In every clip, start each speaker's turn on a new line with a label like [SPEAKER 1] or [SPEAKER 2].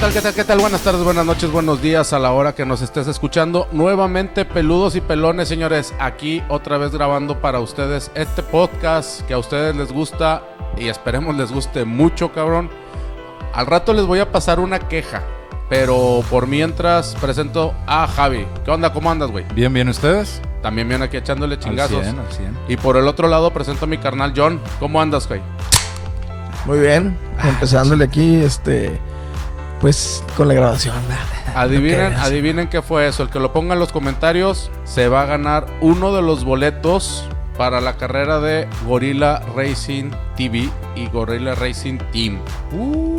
[SPEAKER 1] tal, qué tal, qué tal? Buenas tardes, buenas noches, buenos días a la hora que nos estés escuchando. Nuevamente, peludos y pelones, señores, aquí otra vez grabando para ustedes este podcast que a ustedes les gusta y esperemos les guste mucho, cabrón. Al rato les voy a pasar una queja, pero por mientras presento a Javi. ¿Qué onda? ¿Cómo andas, güey?
[SPEAKER 2] Bien, bien, ¿ustedes?
[SPEAKER 1] También viene aquí echándole chingazos.
[SPEAKER 2] Al 100, al 100.
[SPEAKER 1] Y por el otro lado presento a mi carnal John. ¿Cómo andas, güey?
[SPEAKER 3] Muy bien,
[SPEAKER 2] Ah,
[SPEAKER 3] empezándole aquí, este, pues con la grabación.
[SPEAKER 1] Adivinen,
[SPEAKER 3] Ok.
[SPEAKER 1] adivinen qué fue eso. El que lo ponga en los comentarios se va a ganar uno de los boletos para la carrera de Gorilla Racing TV y Gorilla Racing Team.
[SPEAKER 2] Uh,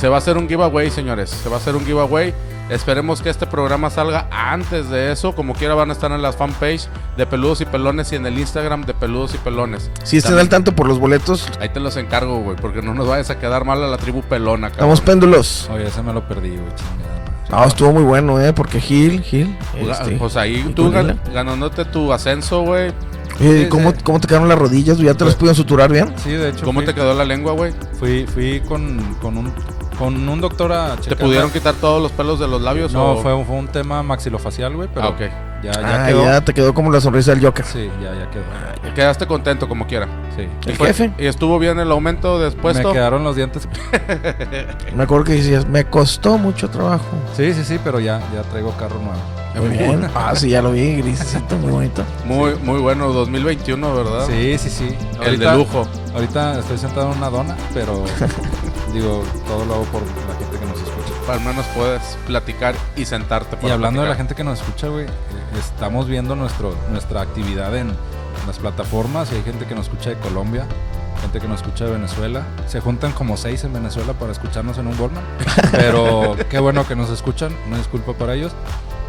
[SPEAKER 1] Se va a hacer un giveaway, señores. Se va a hacer un giveaway. Esperemos que este programa salga antes de eso. Como quiera van a estar en las fanpage de Peludos y Pelones y en el Instagram de Peludos y Pelones.
[SPEAKER 3] Si estén al tanto por los boletos,
[SPEAKER 1] Ahí te los encargo, güey, porque no nos vayas a quedar mal a la tribu pelona, cabrón.
[SPEAKER 3] estamos péndulos.
[SPEAKER 2] Oye, ese me lo perdí, güey, chingada madre.
[SPEAKER 3] No, estuvo muy bueno, ¿eh? Porque Gil, Gil.
[SPEAKER 1] Ga-
[SPEAKER 3] este,
[SPEAKER 1] Pues ahí
[SPEAKER 3] ¿y
[SPEAKER 1] tú
[SPEAKER 3] Gorila?
[SPEAKER 1] gan- ganándote tu ascenso, güey.
[SPEAKER 3] Oye, ¿cómo, ¿Cómo te quedaron las rodillas? güey? ¿Ya
[SPEAKER 2] Pues,
[SPEAKER 3] te las pudieron suturar bien?
[SPEAKER 2] Sí, de hecho,
[SPEAKER 1] ¿Cómo
[SPEAKER 2] fui,
[SPEAKER 1] te quedó la lengua, güey?
[SPEAKER 2] fui, fui con, con, un, con un doctor a
[SPEAKER 1] ¿Te
[SPEAKER 2] checar
[SPEAKER 1] pudieron
[SPEAKER 2] la-
[SPEAKER 1] quitar todos los pelos de los labios?
[SPEAKER 2] No,
[SPEAKER 1] o-
[SPEAKER 2] fue, un- fue un tema maxilofacial, güey, pero
[SPEAKER 1] Ah, ok.
[SPEAKER 2] ya, ya
[SPEAKER 3] ah,
[SPEAKER 2] quedó.
[SPEAKER 3] ya te quedó como la sonrisa del Joker.
[SPEAKER 2] Sí, ya, ya quedó.
[SPEAKER 1] Quedaste contento como quiera.
[SPEAKER 2] Sí.
[SPEAKER 3] El
[SPEAKER 1] Fue-
[SPEAKER 3] jefe.
[SPEAKER 1] ¿Y estuvo bien el aumento después?
[SPEAKER 2] Me quedaron los dientes.
[SPEAKER 3] Me acuerdo que decías, me costó mucho trabajo.
[SPEAKER 2] Sí, sí, sí, pero ya, ya traigo carro nuevo.
[SPEAKER 3] Muy bien. Ah, sí, ya lo vi, grisito, muy bonito.
[SPEAKER 1] Muy, muy bueno, 2021, ¿verdad?
[SPEAKER 2] Sí, sí, sí.
[SPEAKER 1] El
[SPEAKER 2] Ahorita-
[SPEAKER 1] de lujo.
[SPEAKER 2] Ahorita estoy sentado en una dona, pero digo, todo lo hago por la gente que nos escucha.
[SPEAKER 1] Al menos puedes platicar y sentarte.
[SPEAKER 2] Y
[SPEAKER 1] para
[SPEAKER 2] hablando de la
[SPEAKER 1] platicar.
[SPEAKER 2] gente que nos escucha, güey, eh, estamos viendo nuestro, nuestra actividad en las plataformas. Y hay gente que nos escucha de Colombia, gente que nos escucha de Venezuela. Se juntan como seis en Venezuela para escucharnos en un Walmart. Pero qué bueno que nos escuchan. Una disculpa para ellos.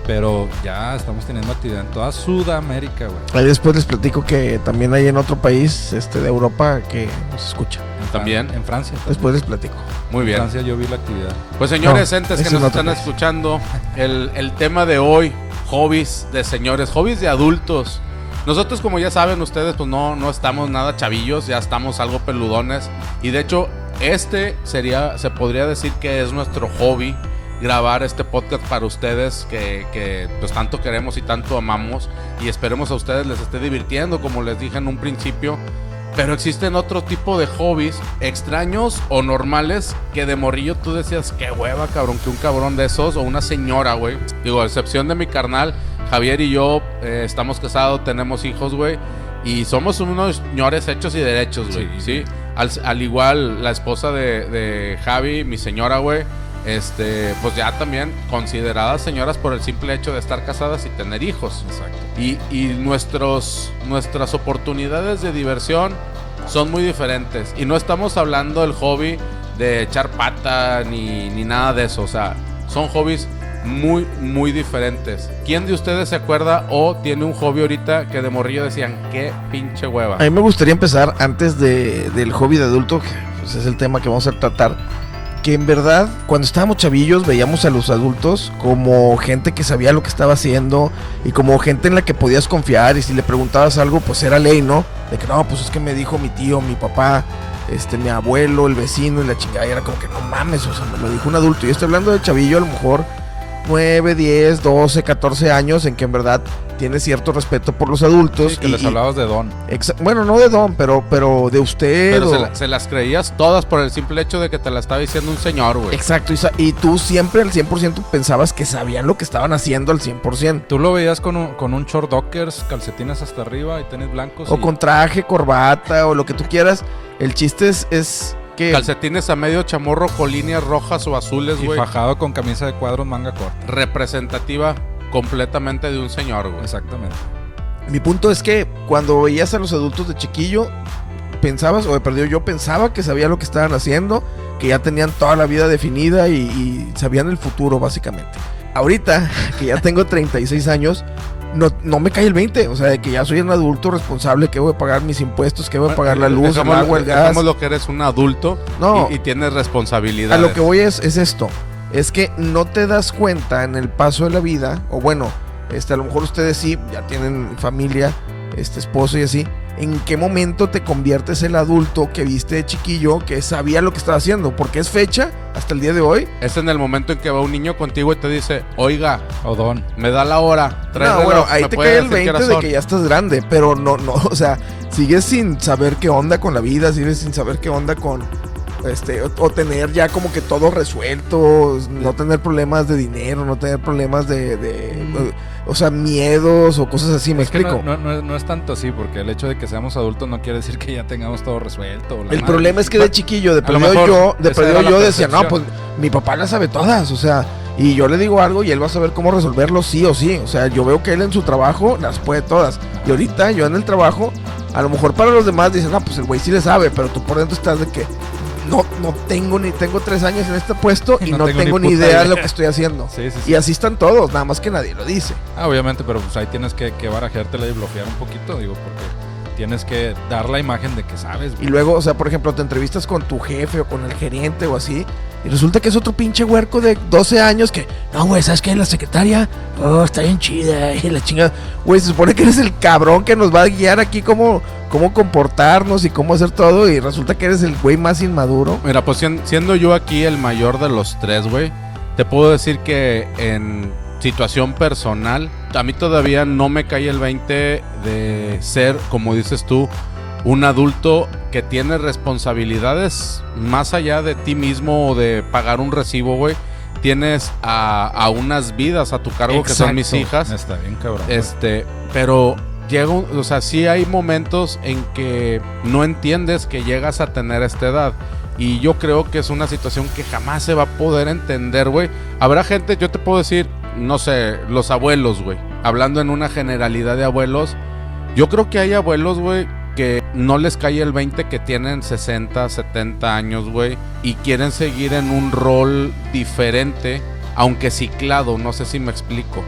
[SPEAKER 2] Pero ya estamos teniendo actividad en toda Sudamérica, güey.
[SPEAKER 3] Ahí después les platico que también hay en otro país este, de Europa que nos escucha.
[SPEAKER 2] En Fran-
[SPEAKER 1] También.
[SPEAKER 2] En Francia. también.
[SPEAKER 3] Después les platico.
[SPEAKER 1] Muy
[SPEAKER 2] En
[SPEAKER 1] bien.
[SPEAKER 2] Francia yo vi la actividad.
[SPEAKER 1] Pues señores,
[SPEAKER 3] No,
[SPEAKER 1] entes que
[SPEAKER 3] ese
[SPEAKER 1] nos
[SPEAKER 3] es otro
[SPEAKER 1] están
[SPEAKER 3] país.
[SPEAKER 1] escuchando, el, el tema de hoy, hobbies de señores, hobbies de adultos. Nosotros, como ya saben ustedes, pues no, no estamos nada chavillos, ya estamos algo peludones. Y de hecho, este sería, se podría decir que es nuestro hobby, grabar este podcast para ustedes que, que, pues tanto queremos y tanto amamos. Y esperemos a ustedes les esté divirtiendo, como les dije en un principio. Pero existen otro tipo de hobbies extraños o normales que de morrillo tú decías, qué hueva, cabrón, que un cabrón de esos o una señora, güey. Digo, a excepción de mi carnal, Javier y yo eh, estamos casados, tenemos hijos, güey. Y somos unos señores hechos y derechos, güey. Sí.
[SPEAKER 2] Sí.
[SPEAKER 1] Al, al igual la esposa de, de Javi, mi señora, güey. Este, pues ya también consideradas señoras por el simple hecho de estar casadas y tener hijos.
[SPEAKER 2] Exacto.
[SPEAKER 1] Y, y nuestros, nuestras oportunidades de diversión son muy diferentes. Y no estamos hablando del hobby de echar pata ni, ni nada de eso. O sea, son hobbies muy, muy diferentes. ¿Quién de ustedes se acuerda o tiene un hobby ahorita que de morrillo decían, qué pinche hueva?
[SPEAKER 3] A mí me gustaría empezar antes de- del hobby de adulto, que pues, es el tema que vamos a tratar, que en verdad cuando estábamos chavillos veíamos a los adultos como gente que sabía lo que estaba haciendo y como gente en la que podías confiar y si le preguntabas algo pues era ley, ¿no? De que no, pues es que me dijo mi tío, mi papá, este, mi abuelo, el vecino y la chingada y era como que no mames, o sea, me lo dijo un adulto. Yo estoy hablando de chavillo a lo mejor 9, 10, 12, 14 años en que en verdad tiene cierto respeto por los adultos.
[SPEAKER 2] Sí, que
[SPEAKER 3] y-
[SPEAKER 2] les
[SPEAKER 3] y-
[SPEAKER 2] hablabas de Don.
[SPEAKER 3] Exa- bueno, no de Don, pero, pero de usted.
[SPEAKER 1] Pero se,
[SPEAKER 3] o-
[SPEAKER 1] la- se las creías todas por el simple hecho de que te la estaba diciendo un señor, güey.
[SPEAKER 3] Exacto, y, sa- y tú siempre al 100% pensabas que sabían lo que estaban haciendo al 100%.
[SPEAKER 2] Tú lo veías con un, con un short dockers, calcetines hasta arriba y tenis
[SPEAKER 1] Pues
[SPEAKER 2] blancos.
[SPEAKER 3] O
[SPEAKER 2] y-
[SPEAKER 3] con traje, corbata, o lo que tú quieras. El chiste es, es que...
[SPEAKER 1] Calcetines a medio chamorro con líneas rojas o azules,
[SPEAKER 2] Y
[SPEAKER 1] güey.
[SPEAKER 2] fajado con camisa de cuadros, manga corta.
[SPEAKER 1] Representativa completamente de un señor, güey.
[SPEAKER 2] Exactamente.
[SPEAKER 3] Mi punto es que cuando veías a los adultos de chiquillo, pensabas, o de perdido yo pensaba que sabía lo que estaban haciendo, que ya tenían toda la vida definida y, y sabían el futuro, básicamente. Ahorita, que ya tengo 36 años, no, no me cae el 20, o sea, de que ya soy un adulto responsable, que voy a pagar mis impuestos, que voy a pagar la luz,
[SPEAKER 1] Dejamos-
[SPEAKER 3] el agua, el gas.
[SPEAKER 1] dejamos lo que eres un adulto
[SPEAKER 3] No.
[SPEAKER 1] eh, y, y tienes responsabilidad.
[SPEAKER 3] A lo que voy es, es esto. Es que no te das cuenta en el paso de la vida, o bueno, este, a lo mejor ustedes sí, ya tienen familia, este esposo y así, en qué momento te conviertes el adulto que viste de chiquillo, que sabía lo que estaba haciendo, porque es fecha hasta el día de hoy.
[SPEAKER 1] Es en el momento en que va un niño contigo y te dice, oiga,
[SPEAKER 2] O Don.
[SPEAKER 1] me da la hora. trae
[SPEAKER 3] No,
[SPEAKER 1] reloj,
[SPEAKER 3] bueno, ahí
[SPEAKER 1] me
[SPEAKER 3] te
[SPEAKER 1] puede
[SPEAKER 3] cae el
[SPEAKER 1] decir qué
[SPEAKER 3] 20
[SPEAKER 1] horas
[SPEAKER 3] de
[SPEAKER 1] son".
[SPEAKER 3] que ya estás grande, pero no, no, o sea, sigues sin saber qué onda con la vida, sigues sin saber qué onda con, este, o, o tener ya como que todo resuelto, no tener problemas de dinero, no tener problemas de, de, o, o sea, miedos o cosas así, me
[SPEAKER 2] Es que
[SPEAKER 3] explico.
[SPEAKER 2] No, no- no es- no es tanto así, porque el hecho de que seamos adultos no quiere decir que ya tengamos todo resuelto. o la
[SPEAKER 3] El
[SPEAKER 2] madre.
[SPEAKER 3] problema es que de chiquillo, de
[SPEAKER 2] a lo
[SPEAKER 3] perdido
[SPEAKER 2] mejor
[SPEAKER 3] yo, de
[SPEAKER 2] esa
[SPEAKER 3] perdido
[SPEAKER 2] era la
[SPEAKER 3] yo decía, no, pues
[SPEAKER 2] percepción".
[SPEAKER 3] mi papá las sabe todas, o sea, y yo le digo algo y él va a saber cómo resolverlo sí o sí, o sea, yo veo que él en su trabajo las puede todas. Y ahorita yo en el trabajo, a lo mejor para los demás dicen, no, pues el güey sí le sabe, pero tú por dentro estás de que no, no tengo ni, tengo tres años en este puesto y no, tengo,
[SPEAKER 2] puta
[SPEAKER 3] ni idea de
[SPEAKER 2] idea".
[SPEAKER 3] lo que estoy haciendo.
[SPEAKER 2] Sí, sí, sí.
[SPEAKER 3] Y así están todos, nada más que nadie lo dice.
[SPEAKER 2] Ah, obviamente, pero pues ahí tienes que, que barajeártela y bloquear un poquito, digo, porque tienes que dar la imagen de que sabes.
[SPEAKER 3] Y
[SPEAKER 2] güey.
[SPEAKER 3] luego, o sea, por ejemplo, te entrevistas con tu jefe o con el gerente o así. Y resulta que es otro pinche huerco de 12 años que, no, güey, ¿sabes qué? La secretaria, oh, está bien chida, y la chingada. Güey, se supone que eres el cabrón que nos va a guiar aquí cómo, cómo comportarnos y cómo hacer todo. Y resulta que eres el güey más inmaduro.
[SPEAKER 1] Mira, pues sien- siendo yo aquí el mayor de los tres, güey, te puedo decir que en situación personal, a mí todavía no me cae el 20 de ser, como dices tú, un adulto que tiene responsabilidades más allá de ti mismo o de pagar un recibo, güey. Tienes a, a unas vidas a tu cargo que son mis
[SPEAKER 2] Exacto.
[SPEAKER 1] hijas.
[SPEAKER 2] Está bien, cabrón.
[SPEAKER 1] Este, pero llega, un- o sea, sí hay momentos en que no entiendes que llegas a tener esta edad. Y yo creo que es una situación que jamás se va a poder entender, güey. Habrá gente, yo te puedo decir, no sé, los abuelos, güey. Hablando en una generalidad de abuelos, yo creo que hay abuelos, güey, que no les cae el 20 que tienen 60, 70 años, güey, y quieren seguir en un rol diferente, aunque ciclado, no sé si me explico.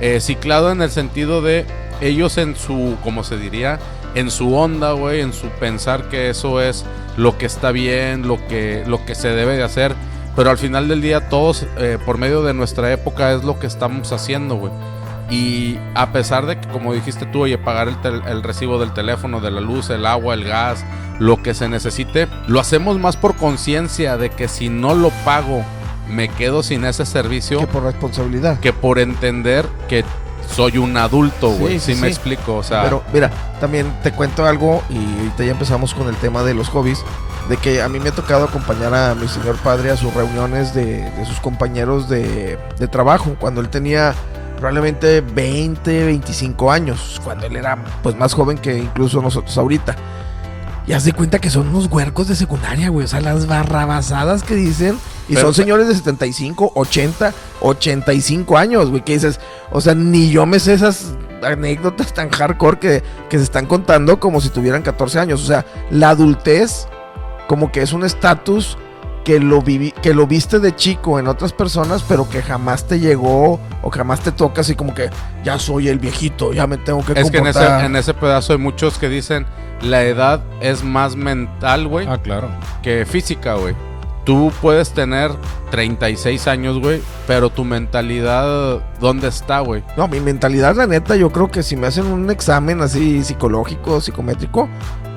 [SPEAKER 1] Eh, ciclado en el sentido de ellos en su, como se diría, en su onda, güey, en su pensar que eso es lo que está bien, lo que, lo que se debe de hacer. Pero al final del día todos, eh, por medio de nuestra época, es lo que estamos haciendo, güey. Y a pesar de que, como dijiste tú, oye, pagar el, tel- el recibo del teléfono, de la luz, el agua, el gas, lo que se necesite, lo hacemos más por conciencia de que si no lo pago, me quedo sin ese servicio
[SPEAKER 3] Que por responsabilidad.
[SPEAKER 1] que por entender que soy un adulto,
[SPEAKER 3] Sí,
[SPEAKER 1] güey.
[SPEAKER 3] sí,
[SPEAKER 1] si me
[SPEAKER 3] sí.
[SPEAKER 1] explico, o sea,
[SPEAKER 3] Pero mira, también te cuento algo y ahorita ya empezamos con el tema de los hobbies, de que a mí me ha tocado acompañar a mi señor padre a sus reuniones de, de sus compañeros de, de trabajo, cuando él tenía probablemente 20, 25 años, cuando él era pues más joven que incluso nosotros ahorita. Y haz de cuenta que son unos huercos de secundaria, güey. O sea, las barrabasadas que dicen. Y
[SPEAKER 1] Pero-
[SPEAKER 3] son señores de 75, 80, 85 años, güey. Que dices, o sea, ni yo me sé esas anécdotas tan hardcore que, que se están contando como si tuvieran 14 años. O sea, la adultez como que es un estatus que lo vivi- que lo viste de chico en otras personas, pero que jamás te llegó o jamás te toca así como que ya soy el viejito, ya me tengo que
[SPEAKER 1] es que en ese,
[SPEAKER 3] comportar.
[SPEAKER 1] en ese pedazo hay muchos que dicen la edad es más mental, güey,
[SPEAKER 2] Ah, claro.
[SPEAKER 1] que física, güey. Tú puedes tener 36 años, güey, pero tu mentalidad, ¿dónde está, güey?
[SPEAKER 3] No, mi mentalidad, la neta, yo creo que si me hacen un examen así psicológico, psicométrico,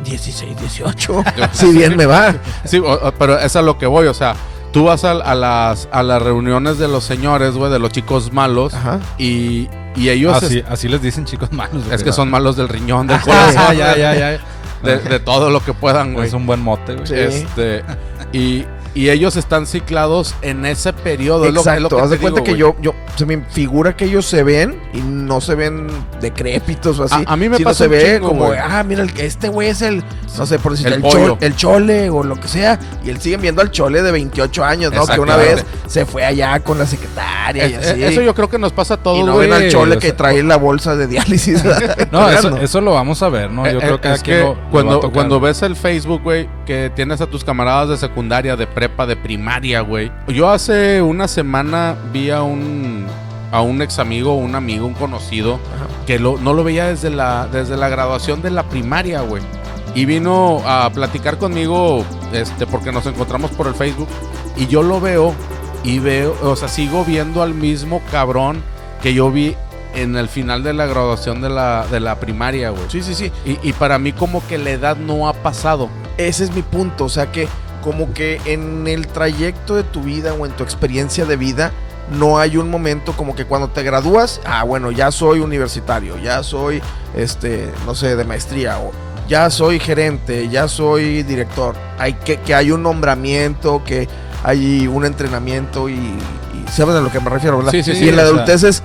[SPEAKER 3] 16, 18, si bien me va.
[SPEAKER 1] Sí, o- o- pero es a lo que voy, o sea, tú vas al- a, las, a las reuniones de los señores, güey, de los chicos malos,
[SPEAKER 3] Ajá.
[SPEAKER 1] y, y ellos...
[SPEAKER 3] Ah,
[SPEAKER 1] es-
[SPEAKER 2] Así, así les dicen chicos malos.
[SPEAKER 1] Es
[SPEAKER 2] güey.
[SPEAKER 1] que son malos del riñón, del
[SPEAKER 2] Ah,
[SPEAKER 1] corazón,
[SPEAKER 2] ya, ya, ya.
[SPEAKER 1] de, de todo lo que puedan, güey.
[SPEAKER 2] Es un buen mote, güey.
[SPEAKER 3] Sí.
[SPEAKER 1] Este, y, y ellos están ciclados en ese periodo. es lo- es lo
[SPEAKER 3] Exacto,
[SPEAKER 1] que
[SPEAKER 3] haz
[SPEAKER 1] te
[SPEAKER 3] de cuenta
[SPEAKER 1] digo,
[SPEAKER 3] que
[SPEAKER 1] güey.
[SPEAKER 3] yo, yo, se me figura que ellos se ven y no se ven decrépitos o así.
[SPEAKER 1] A- a mí me
[SPEAKER 3] sino
[SPEAKER 1] pasa
[SPEAKER 3] se
[SPEAKER 1] un
[SPEAKER 3] ve
[SPEAKER 1] chingo,
[SPEAKER 3] como,
[SPEAKER 1] güey.
[SPEAKER 3] ah, mira, el- este güey es el, no sé, por decir,
[SPEAKER 1] El
[SPEAKER 3] el,
[SPEAKER 1] pollo.
[SPEAKER 3] chol- el chole o lo que sea. Y él siguen viendo al chole de 28 años, ¿no? Que una vez se fue allá con la secretaria y
[SPEAKER 1] Es-
[SPEAKER 3] así.
[SPEAKER 1] Eh, Eso yo creo que nos pasa a todos,
[SPEAKER 3] y no
[SPEAKER 1] güey.
[SPEAKER 3] ven al chole
[SPEAKER 2] o
[SPEAKER 3] que
[SPEAKER 2] sea-
[SPEAKER 3] trae la bolsa de diálisis.
[SPEAKER 2] No, eso,
[SPEAKER 3] cargando.
[SPEAKER 2] eso lo vamos a ver, ¿no? Yo
[SPEAKER 1] Eh,
[SPEAKER 2] creo
[SPEAKER 1] eh,
[SPEAKER 2] que
[SPEAKER 1] es
[SPEAKER 2] aquí
[SPEAKER 1] que
[SPEAKER 2] lo- lo va a
[SPEAKER 1] cuando,
[SPEAKER 2] tocar.
[SPEAKER 1] cuando ves el Facebook, güey, que tienes a tus camaradas de secundaria, de prepa, de primaria, güey. Yo hace una semana vi a un a un ex amigo, un amigo, un conocido,
[SPEAKER 3] Ajá.
[SPEAKER 1] que lo, no lo veía desde la, desde la graduación de la primaria, güey. Y vino a platicar conmigo, este, porque nos encontramos por el Facebook. Y yo lo veo y veo, o sea, sigo viendo al mismo cabrón que yo vi en el final de la graduación de la, de la primaria, güey.
[SPEAKER 3] Sí, sí, sí.
[SPEAKER 1] Y, y para mí como que la edad no ha pasado.
[SPEAKER 3] Ese es mi punto. O sea que como que en el trayecto de tu vida o en tu experiencia de vida no hay un momento como que cuando te gradúas, ah, bueno, ya soy universitario, ya soy, este, no sé, de maestría o ya soy gerente, ya soy director. Hay que, que hay un nombramiento, que hay un entrenamiento y, y- sabes a lo que me refiero, ¿verdad?
[SPEAKER 1] Sí, sí,
[SPEAKER 3] y
[SPEAKER 1] sí,
[SPEAKER 3] en la
[SPEAKER 1] o sea.
[SPEAKER 3] adultez es,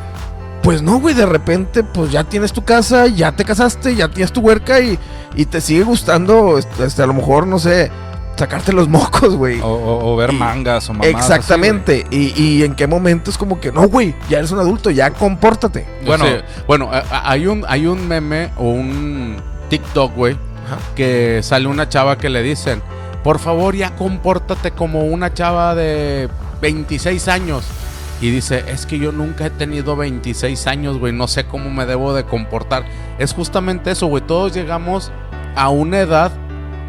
[SPEAKER 3] pues no, güey, de repente, pues ya tienes tu casa, ya te casaste, ya tienes tu huerca y, y te sigue gustando, este, este, a lo mejor, no sé, sacarte los mocos, güey.
[SPEAKER 2] O, o- o ver
[SPEAKER 3] Y-
[SPEAKER 2] mangas o Oh, mamadas. así, güey.
[SPEAKER 3] Exactamente. y, y en qué momento es como que, no, güey, ya eres un adulto, ya compórtate.
[SPEAKER 1] Bueno,
[SPEAKER 2] Bueno.
[SPEAKER 1] bueno a- a- hay, un, hay un meme o un TikTok, güey,
[SPEAKER 3] Ajá.
[SPEAKER 1] que sale una chava que le dicen, por favor ya compórtate como una chava de 26 años. Y dice, es que yo nunca he tenido 26 años, güey, no sé cómo me debo de comportar. Es justamente eso, güey, todos llegamos a una edad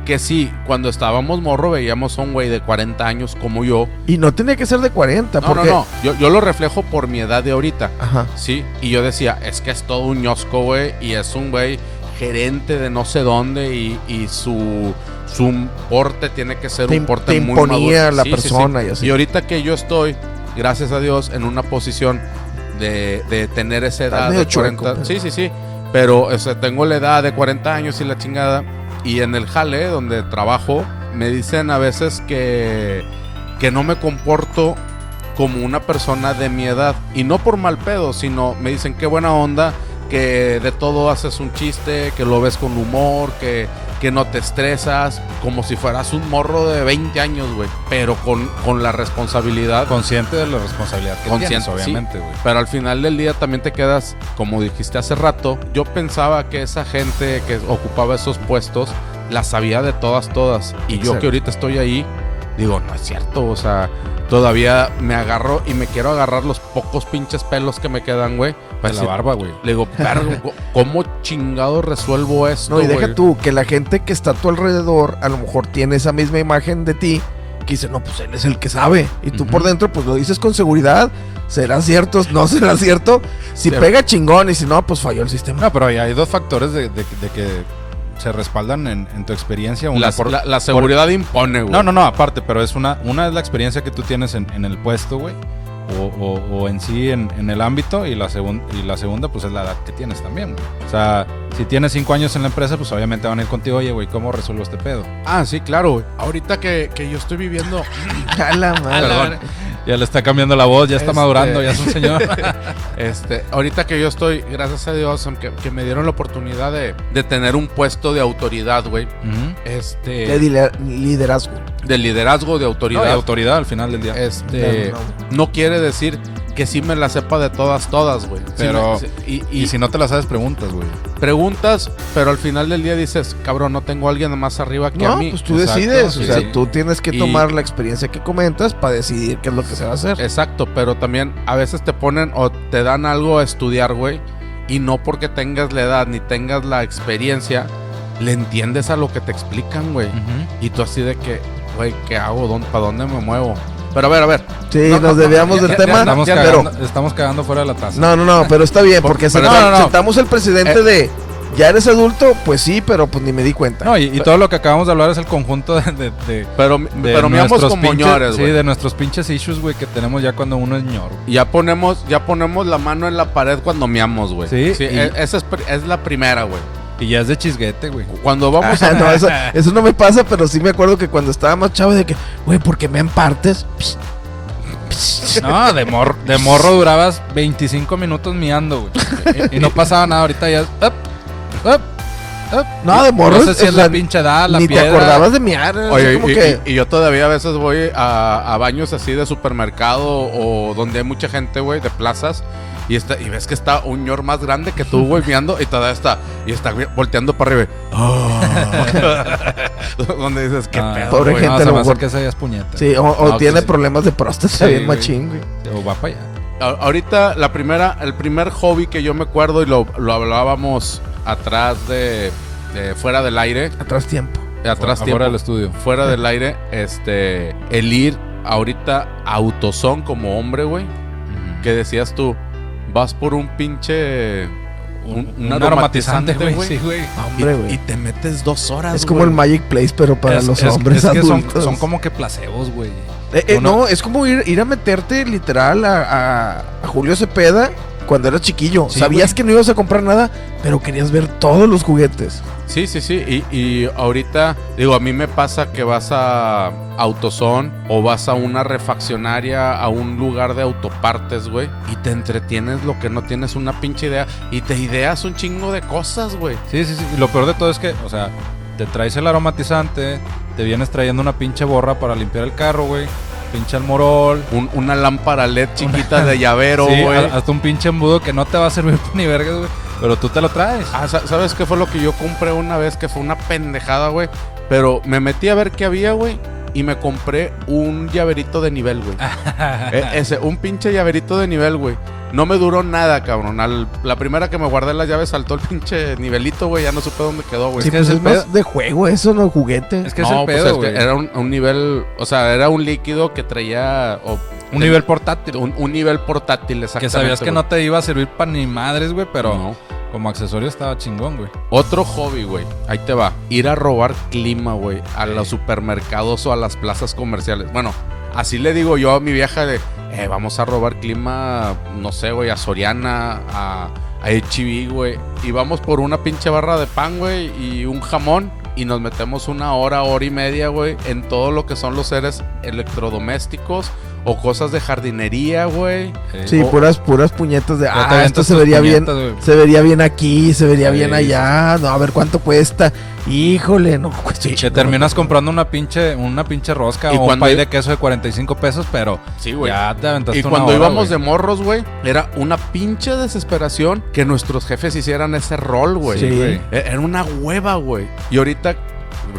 [SPEAKER 1] que sí, cuando estábamos morro veíamos a un güey de 40 años como yo.
[SPEAKER 3] Y no tiene que ser de 40,
[SPEAKER 1] No, no,
[SPEAKER 3] porque.
[SPEAKER 1] no, yo, yo lo reflejo por mi edad de ahorita.
[SPEAKER 3] Ajá.
[SPEAKER 1] Sí, y yo decía, es que es todo un ñosco, güey, y es un güey gerente de no sé dónde y, y su, su porte tiene que ser
[SPEAKER 3] Te
[SPEAKER 1] un
[SPEAKER 3] im-
[SPEAKER 1] porte
[SPEAKER 3] te
[SPEAKER 1] muy
[SPEAKER 3] imponía
[SPEAKER 1] maduro.
[SPEAKER 3] la persona y así.
[SPEAKER 1] Y ahorita que yo estoy, gracias a Dios, en una posición de, de tener esa
[SPEAKER 3] Estás
[SPEAKER 1] edad
[SPEAKER 3] medio
[SPEAKER 1] de 40.
[SPEAKER 3] chueco, pero-
[SPEAKER 1] sí, sí, sí, pero o sea, tengo la edad de 40 años y la chingada. Y en el jale donde trabajo, me dicen a veces que, que no me comporto como una persona de mi edad. Y no por mal pedo, sino me dicen qué buena onda, que de todo haces un chiste, que lo ves con humor, que, que no te estresas, como si fueras un morro de 20 años, güey. Pero con, con la responsabilidad.
[SPEAKER 2] Consciente de la responsabilidad que
[SPEAKER 1] Consciente,
[SPEAKER 2] tienes,
[SPEAKER 1] sí.
[SPEAKER 2] obviamente, güey.
[SPEAKER 1] Pero al final del día también te quedas, como dijiste hace rato, yo pensaba que esa gente que ocupaba esos puestos la sabía de todas, todas. Y yo
[SPEAKER 3] Exacto.
[SPEAKER 1] que ahorita estoy ahí, digo, no es cierto, o sea, todavía me agarro y me quiero agarrar los pocos pinches pelos que me quedan, güey. para
[SPEAKER 2] De la
[SPEAKER 1] decir-
[SPEAKER 2] barba, güey.
[SPEAKER 1] Le digo, "Perro, ¿cómo chingado resuelvo esto?
[SPEAKER 3] No, y deja
[SPEAKER 1] güey?"
[SPEAKER 3] tú que la gente que está a tu alrededor a lo mejor tiene esa misma imagen de ti que dice, no, pues él es el que sabe. Y tú
[SPEAKER 1] Ujú.
[SPEAKER 3] por dentro, pues lo dices con seguridad. ¿Será cierto? ¿No será cierto? Si
[SPEAKER 1] Pero-
[SPEAKER 3] pega chingón y si no, pues falló el sistema.
[SPEAKER 2] No, pero hay, hay dos factores de, de- de que se respaldan en, en tu experiencia. Una
[SPEAKER 1] La,
[SPEAKER 2] por-
[SPEAKER 1] la- la seguridad impone, güey.
[SPEAKER 2] No, no, no, aparte, pero es una, una es la experiencia que tú tienes en, en el puesto, güey. O, o- o en sí, en, en el ámbito. Y la, segun- y la segunda, pues es la edad que tienes también, güey. O sea, si tienes cinco años en la empresa, pues obviamente van a ir contigo, oye, güey, ¿cómo resuelvo este pedo?
[SPEAKER 1] Ah, sí, claro, güey. Ahorita que, que yo estoy viviendo...
[SPEAKER 3] A la madre.
[SPEAKER 1] Perdón.
[SPEAKER 2] Ya le está cambiando la voz, ya está
[SPEAKER 1] Este-
[SPEAKER 2] madurando, ya es un señor.
[SPEAKER 1] Este, ahorita que yo estoy, gracias a Dios, aunque- que me dieron la oportunidad de, de tener un puesto de autoridad, güey.
[SPEAKER 2] Ujú.
[SPEAKER 3] De
[SPEAKER 1] Este,
[SPEAKER 3] dile- liderazgo.
[SPEAKER 1] de liderazgo, de
[SPEAKER 2] No, y
[SPEAKER 1] autoridad.
[SPEAKER 2] autoridad Eh, al final del día.
[SPEAKER 1] este,
[SPEAKER 3] No,
[SPEAKER 1] no,
[SPEAKER 3] no,
[SPEAKER 1] quiere decir que sí me la sepa de todas, todas, güey.
[SPEAKER 2] Pero-
[SPEAKER 1] Sí me- sí- y,
[SPEAKER 2] y,
[SPEAKER 1] y
[SPEAKER 2] si no te la sabes, preguntas, güey.
[SPEAKER 1] preguntas, pero al final del día dices, cabrón, no tengo a alguien más arriba que a
[SPEAKER 3] No,
[SPEAKER 1] mí.
[SPEAKER 3] pues tú
[SPEAKER 2] Exacto,
[SPEAKER 3] decides. o
[SPEAKER 2] sí,
[SPEAKER 3] sea,
[SPEAKER 2] sí.
[SPEAKER 3] tú tienes que
[SPEAKER 1] Y-
[SPEAKER 3] tomar la experiencia que comentas para decidir qué es lo que se va a hacer.
[SPEAKER 1] Exacto, pero también a veces te ponen o te dan algo a estudiar, güey, y no porque tengas la edad ni tengas la experiencia, le entiendes a lo que te explican, güey. Y tú así de que, güey, ¿qué hago? ¿Para dónde me muevo? Pero a ver, a ver.
[SPEAKER 3] Sí,
[SPEAKER 1] No, no,
[SPEAKER 3] nos
[SPEAKER 1] no,
[SPEAKER 3] debíamos
[SPEAKER 1] ya-
[SPEAKER 3] del
[SPEAKER 1] ya-
[SPEAKER 3] tema,
[SPEAKER 1] ya
[SPEAKER 2] Estamos,
[SPEAKER 1] ya,
[SPEAKER 3] pero
[SPEAKER 2] cagando, estamos cagando fuera de la taza.
[SPEAKER 3] no, no, no, pero está bien
[SPEAKER 1] Por-
[SPEAKER 3] porque
[SPEAKER 1] pero-
[SPEAKER 3] senta-
[SPEAKER 1] no, no, no.
[SPEAKER 3] sentamos el precedente
[SPEAKER 1] Eh.
[SPEAKER 3] de ya eres adulto, pues sí, pero pues ni me di cuenta.
[SPEAKER 2] No, y, y todo lo que acabamos de hablar es el conjunto de, de- de-
[SPEAKER 1] Pero,
[SPEAKER 2] de
[SPEAKER 1] pero miramos
[SPEAKER 2] nuestros
[SPEAKER 1] como
[SPEAKER 2] pinches-
[SPEAKER 1] ñores,
[SPEAKER 2] Sí,
[SPEAKER 1] güey.
[SPEAKER 2] de nuestros pinches issues, güey, que tenemos ya cuando uno es ñor. güey.
[SPEAKER 1] Y Ya ponemos, ya ponemos la mano en la pared cuando miamos, güey.
[SPEAKER 2] Sí, y-
[SPEAKER 1] e- esa es, pri- es la primera, güey.
[SPEAKER 2] Y ya es de chisguete, güey.
[SPEAKER 1] Cuando vamos
[SPEAKER 3] Ah,
[SPEAKER 1] a...
[SPEAKER 3] no, eso, eso no me pasa, pero sí me acuerdo que cuando estaba más chavo de que, güey, ¿por qué me en partes? Psst, psst.
[SPEAKER 2] No, de, mor- de morro durabas 25 minutos miando, güey. Y, y no pasaba nada, ahorita ya es... up, up, up.
[SPEAKER 3] No, de morro,
[SPEAKER 2] No sé si
[SPEAKER 3] o
[SPEAKER 2] es
[SPEAKER 3] sea,
[SPEAKER 2] la pinche edad, la
[SPEAKER 3] ni
[SPEAKER 2] piedra.
[SPEAKER 3] te acordabas de miar. así
[SPEAKER 1] Oye,
[SPEAKER 3] como
[SPEAKER 1] y,
[SPEAKER 3] que,
[SPEAKER 1] y- y yo todavía a veces voy a, a baños así de supermercado o donde hay mucha gente, güey, de plazas. Y, está, y ves que está un ñor más grande que tú, güey, mirando y todavía está, y está vi- volteando para arriba. Oh. y- donde dices, qué
[SPEAKER 2] Ah,
[SPEAKER 1] pedo,
[SPEAKER 3] Pobre
[SPEAKER 1] güey?"
[SPEAKER 2] güey, no, se
[SPEAKER 3] gente, a lo
[SPEAKER 2] me hace
[SPEAKER 3] mejor-
[SPEAKER 2] que esa ya es puñeta.
[SPEAKER 3] sí, o, o
[SPEAKER 1] No, pues,
[SPEAKER 3] tiene
[SPEAKER 1] sí.
[SPEAKER 3] problemas de próstata
[SPEAKER 2] Sí,
[SPEAKER 3] bien
[SPEAKER 2] güey.
[SPEAKER 3] machín, güey.
[SPEAKER 2] O va para allá.
[SPEAKER 1] A- Ahorita la primera, el primer hobby que yo me acuerdo y lo, lo hablábamos atrás de, de fuera del aire,
[SPEAKER 3] Atrás tiempo.
[SPEAKER 1] de atrás tiempo,
[SPEAKER 2] Fuera del estudio.
[SPEAKER 1] fuera del aire, este, el ir ahorita a autosón como hombre, güey, que decías tú, vas por un pinche. Un, un aromatizante, güey.
[SPEAKER 2] Sí, güey.
[SPEAKER 1] y,
[SPEAKER 3] Hombre, güey.
[SPEAKER 1] y te metes dos horas.
[SPEAKER 3] Es como el
[SPEAKER 1] güey.
[SPEAKER 3] Magic Place, pero para
[SPEAKER 2] Es-
[SPEAKER 3] los
[SPEAKER 2] es-
[SPEAKER 3] hombres
[SPEAKER 2] es que son-
[SPEAKER 3] adultos.
[SPEAKER 2] son como que placebos, güey.
[SPEAKER 3] Eh, eh,
[SPEAKER 2] uno-
[SPEAKER 3] No, es como ir, ir a meterte literal a, a- a Julio Cepeda cuando eras chiquillo.
[SPEAKER 2] Sí,
[SPEAKER 3] Sabías
[SPEAKER 2] güey.
[SPEAKER 3] que no ibas a comprar nada, pero querías ver todos los juguetes.
[SPEAKER 1] Sí, sí, sí. Y, y ahorita, digo, a mí me pasa que vas a Autoson o vas a una refaccionaria, a un lugar de autopartes, güey. Y te entretienes lo que no tienes una pinche idea. Y te ideas un chingo de cosas, güey.
[SPEAKER 2] Sí, sí, sí. Y lo peor de todo es que, o sea, te traes el aromatizante, te vienes trayendo una pinche borra para limpiar el carro, güey. Pinche almorol.
[SPEAKER 1] Un- una lámpara LED chiquita de llavero,
[SPEAKER 2] sí,
[SPEAKER 1] güey.
[SPEAKER 2] ha- hasta un pinche embudo que no te va a servir ni vergas, güey. Pero tú te lo traes.
[SPEAKER 1] Ah, sa- ¿sabes qué fue lo que yo compré una vez? Que fue una pendejada, güey. Pero me metí a ver qué había, güey. Y me compré un llaverito de nivel, güey. E- ese, un pinche llaverito de nivel, güey. No me duró nada, cabrón. Al- la primera que me guardé las llaves saltó el pinche nivelito, güey. Ya no supe dónde quedó, güey.
[SPEAKER 3] Sí,
[SPEAKER 2] que
[SPEAKER 3] pues
[SPEAKER 2] es el
[SPEAKER 3] es más
[SPEAKER 2] pedo.
[SPEAKER 3] de juego eso, no juguete.
[SPEAKER 2] es que es
[SPEAKER 1] no,
[SPEAKER 2] el
[SPEAKER 1] pues
[SPEAKER 2] pedo,
[SPEAKER 1] es que
[SPEAKER 2] güey.
[SPEAKER 1] era un, un nivel, o sea, era un líquido que traía o-
[SPEAKER 2] un nivel portátil.
[SPEAKER 1] un, un nivel portátil,
[SPEAKER 2] Que
[SPEAKER 1] exactamente.
[SPEAKER 2] sabías que
[SPEAKER 1] güey.
[SPEAKER 2] no te iba a servir para ni madres, güey, pero
[SPEAKER 1] No.
[SPEAKER 2] como accesorio estaba chingón, güey.
[SPEAKER 1] Otro hobby, güey. Ahí te va. Ir a robar clima, güey. A los supermercados o a las plazas comerciales. Bueno, así le digo yo a mi vieja de, eh, vamos a robar clima, no sé, güey, a Soriana, a, a HB, güey. Y vamos por una pinche barra de pan, güey, y un jamón. Y nos metemos una hora, hora y media, güey, en todo lo que son los seres electrodomésticos o cosas de jardinería, güey.
[SPEAKER 2] Eh,
[SPEAKER 3] Sí,
[SPEAKER 2] o-
[SPEAKER 3] puras, puras puñetas de,
[SPEAKER 2] ya te
[SPEAKER 3] ah,
[SPEAKER 2] avientas
[SPEAKER 3] esto se
[SPEAKER 2] tus
[SPEAKER 3] vería bien,
[SPEAKER 2] puñetas, güey.
[SPEAKER 3] se vería bien aquí, se vería
[SPEAKER 2] Sí,
[SPEAKER 3] bien
[SPEAKER 2] sí.
[SPEAKER 3] allá, no, a ver cuánto cuesta, híjole, no, pues, sí,
[SPEAKER 2] Que terminas comprando una pinche, una pinche rosca
[SPEAKER 1] Y
[SPEAKER 2] o un
[SPEAKER 1] cuando-
[SPEAKER 2] pay de queso de 45 pesos, pero
[SPEAKER 1] Sí,
[SPEAKER 2] ya te aventaste
[SPEAKER 1] Y
[SPEAKER 2] una
[SPEAKER 1] cuando
[SPEAKER 2] hora,
[SPEAKER 1] íbamos
[SPEAKER 2] güey.
[SPEAKER 1] de morros, güey, era una pinche desesperación que nuestros jefes hicieran ese rol, güey.
[SPEAKER 3] Sí.
[SPEAKER 2] güey.
[SPEAKER 1] E- Era una hueva, güey. Y ahorita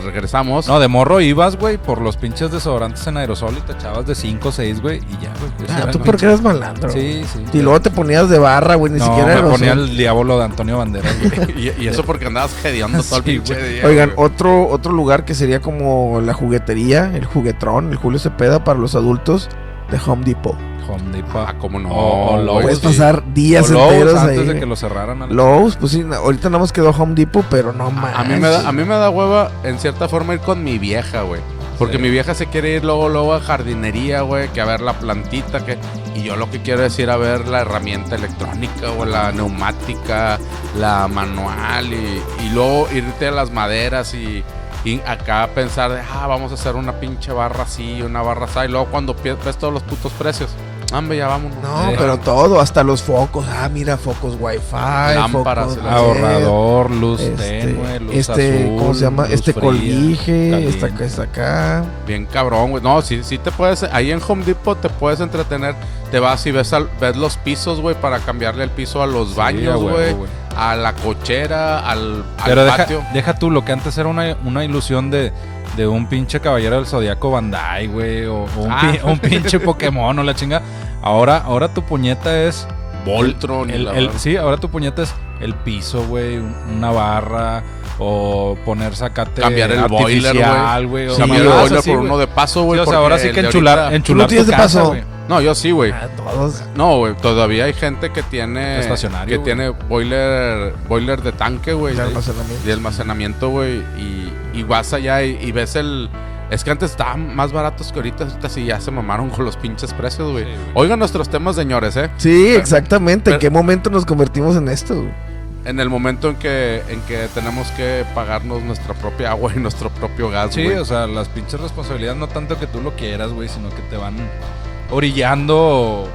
[SPEAKER 1] regresamos.
[SPEAKER 2] No, de morro ibas, güey, por los pinches desodorantes en aerosol y te echabas de 5 o 6, güey, y ya, güey.
[SPEAKER 3] Ah,
[SPEAKER 2] Ese era
[SPEAKER 3] tú
[SPEAKER 2] el
[SPEAKER 3] porque eras malandro.
[SPEAKER 2] pinche- Sí, sí.
[SPEAKER 3] Y luego te ponías de barra, güey, ni
[SPEAKER 2] no,
[SPEAKER 3] siquiera
[SPEAKER 2] me
[SPEAKER 3] era
[SPEAKER 2] ponía
[SPEAKER 3] razón.
[SPEAKER 2] el diablo de Antonio Banderas, güey.
[SPEAKER 1] y, y eso porque andabas gedeando todo el
[SPEAKER 2] Sí,
[SPEAKER 1] pinche
[SPEAKER 2] güey.
[SPEAKER 1] día,
[SPEAKER 3] Oigan,
[SPEAKER 1] güey.
[SPEAKER 3] otro, otro lugar que sería como la juguetería, el juguetrón, el Julio Cepeda para los adultos, de Home Depot.
[SPEAKER 2] Home Depot.
[SPEAKER 1] Ah, cómo no.
[SPEAKER 2] Oh,
[SPEAKER 1] güey.
[SPEAKER 2] Lowe's,
[SPEAKER 3] Puedes
[SPEAKER 2] sí.
[SPEAKER 3] pasar días
[SPEAKER 2] O Lowe's,
[SPEAKER 3] enteros
[SPEAKER 2] antes
[SPEAKER 3] ahí.
[SPEAKER 2] de
[SPEAKER 3] güey.
[SPEAKER 2] que lo cerraran. a la-
[SPEAKER 3] Lowe's, pues sí, na- ahorita nada más quedó Home Depot, pero no más.
[SPEAKER 1] A mí, me da, a mí me da hueva, en cierta forma, ir con mi vieja, güey. Porque
[SPEAKER 2] Sí.
[SPEAKER 1] mi vieja se quiere ir luego, luego a jardinería, güey, que a ver la plantita, que... Y yo lo que quiero es ir a ver la herramienta electrónica, o la neumática, la manual, y, y luego irte a las maderas y, y acá pensar de, ah, vamos a hacer una pinche barra así, una barra así, y luego cuando pie- ves todos los putos precios, hombre, ya vámonos.
[SPEAKER 3] No,
[SPEAKER 2] Sí.
[SPEAKER 3] pero todo, hasta los focos. Ah, mira, focos Wi-Fi,
[SPEAKER 1] Lámparas,
[SPEAKER 3] focos
[SPEAKER 1] el
[SPEAKER 3] LED,
[SPEAKER 2] Ahorrador, luz tenue,
[SPEAKER 3] Este,
[SPEAKER 2] luz
[SPEAKER 3] este
[SPEAKER 2] azul,
[SPEAKER 3] ¿cómo se llama?
[SPEAKER 2] luz
[SPEAKER 3] Este
[SPEAKER 2] fría,
[SPEAKER 3] colguije, esta
[SPEAKER 2] caliente.
[SPEAKER 3] que está acá.
[SPEAKER 1] Bien cabrón, güey. No, sí, sí te puedes. Ahí en Home Depot te puedes entretener. Te vas y ves, al- ves los pisos, güey, para cambiarle el piso a los
[SPEAKER 2] Sí, a
[SPEAKER 1] baños,
[SPEAKER 2] huevo,
[SPEAKER 1] güey. A la cochera, al, al
[SPEAKER 2] Pero deja,
[SPEAKER 1] patio.
[SPEAKER 2] deja tú lo que antes era una, una ilusión de, de un pinche caballero del zodiaco Bandai, güey, o, o un,
[SPEAKER 1] Ah.
[SPEAKER 2] pi- un pinche Pokémon o la chinga. Ahora, ahora tu puñeta es.
[SPEAKER 1] Voltron. y
[SPEAKER 2] el-
[SPEAKER 1] la
[SPEAKER 2] el-
[SPEAKER 1] verdad.
[SPEAKER 2] sí, ahora tu puñeta es el piso, güey, un- una barra, o poner sacate.
[SPEAKER 1] Cambiar el boiler,
[SPEAKER 2] artificial, güey. o
[SPEAKER 1] Cambiar el
[SPEAKER 2] mamadas
[SPEAKER 1] boiler
[SPEAKER 2] así,
[SPEAKER 1] por
[SPEAKER 2] güey.
[SPEAKER 1] uno de paso,
[SPEAKER 2] Sí,
[SPEAKER 1] güey.
[SPEAKER 2] o sea,
[SPEAKER 1] porque
[SPEAKER 2] ahora sí
[SPEAKER 1] el
[SPEAKER 2] que
[SPEAKER 1] de
[SPEAKER 2] enchular,
[SPEAKER 1] ahorita-
[SPEAKER 2] enchular
[SPEAKER 3] tienes
[SPEAKER 2] tu
[SPEAKER 3] de
[SPEAKER 2] casa,
[SPEAKER 3] paso?
[SPEAKER 2] güey.
[SPEAKER 1] No, yo sí, güey.
[SPEAKER 3] Ah, todos.
[SPEAKER 1] No, güey. Todavía hay gente que tiene.
[SPEAKER 2] Estacionario,
[SPEAKER 1] Que
[SPEAKER 2] güey.
[SPEAKER 1] tiene boiler, boiler de tanque, güey.
[SPEAKER 3] de
[SPEAKER 1] de-
[SPEAKER 3] almacenamiento.
[SPEAKER 1] de almacenamiento, güey. Y, y vas allá y, y ves el. Es que antes estaban más baratos que ahorita. Ahorita sí ya se mamaron con los pinches precios, güey.
[SPEAKER 2] Sí, güey.
[SPEAKER 1] Oigan nuestros temas, señores, ¿eh?
[SPEAKER 3] Sí, exactamente.
[SPEAKER 1] pero-
[SPEAKER 3] ¿En qué momento nos convertimos en esto? güey?
[SPEAKER 1] En el momento en que, en que tenemos que pagarnos nuestra propia agua y nuestro propio gas,
[SPEAKER 2] Sí,
[SPEAKER 1] güey.
[SPEAKER 2] o sea, las pinches responsabilidades no tanto que tú lo quieras, güey, sino que te van orillando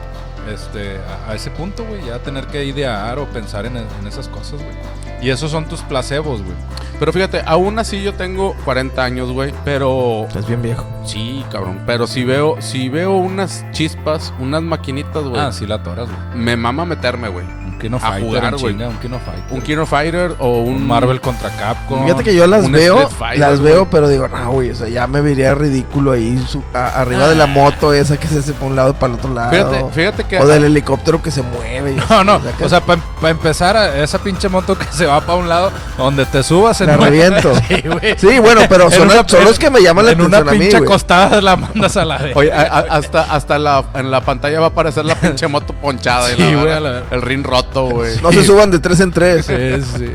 [SPEAKER 2] este, a, a ese punto, güey, ya tener que idear o pensar en, en esas cosas, güey. Y esos son tus placebos, güey.
[SPEAKER 1] Pero fíjate, aún así yo tengo 40 años, güey. Pero
[SPEAKER 3] Estás bien viejo.
[SPEAKER 1] sí, cabrón. Pero si veo, si veo unas chispas, unas maquinitas, güey.
[SPEAKER 2] Ah, sí, la toras, güey.
[SPEAKER 1] Me mama meterme, güey.
[SPEAKER 2] Un Kino
[SPEAKER 1] A
[SPEAKER 2] Fighter,
[SPEAKER 1] jugar,
[SPEAKER 2] en
[SPEAKER 1] güey.
[SPEAKER 2] chinga, un Kino Fighter.
[SPEAKER 1] Un Kino Fighter o un,
[SPEAKER 2] Un Marvel contra Capcom.
[SPEAKER 3] Fíjate que yo las
[SPEAKER 1] un
[SPEAKER 3] veo,
[SPEAKER 1] Street Fighter,
[SPEAKER 3] las
[SPEAKER 1] güey.
[SPEAKER 3] veo, pero digo, no, güey, o sea, ya me vería ridículo ahí su- a- arriba
[SPEAKER 2] Ah.
[SPEAKER 3] de la moto esa que se hace para un lado y para el otro lado.
[SPEAKER 1] Fíjate, fíjate que
[SPEAKER 3] o del helicóptero que se mueve. y
[SPEAKER 2] No, no,
[SPEAKER 3] así,
[SPEAKER 2] o sea, para empezar, a esa pinche moto que se va para un lado, donde te subas en
[SPEAKER 3] La
[SPEAKER 2] una-
[SPEAKER 3] reviento.
[SPEAKER 2] Sí, güey.
[SPEAKER 3] Sí, bueno, pero
[SPEAKER 2] En
[SPEAKER 3] son,
[SPEAKER 2] una-
[SPEAKER 3] son los que me llaman la
[SPEAKER 2] en una
[SPEAKER 3] atención a mí,
[SPEAKER 2] pinche
[SPEAKER 3] güey.
[SPEAKER 2] costada la mandas a la de.
[SPEAKER 1] Oye, a- a- hasta, hasta la, en la pantalla va a aparecer la pinche moto ponchada. y
[SPEAKER 2] Sí,
[SPEAKER 1] la
[SPEAKER 2] güey,
[SPEAKER 1] verga,
[SPEAKER 2] a la verga.
[SPEAKER 1] el ring roto, güey.
[SPEAKER 3] No se suban de tres en tres.
[SPEAKER 2] Sí, sí.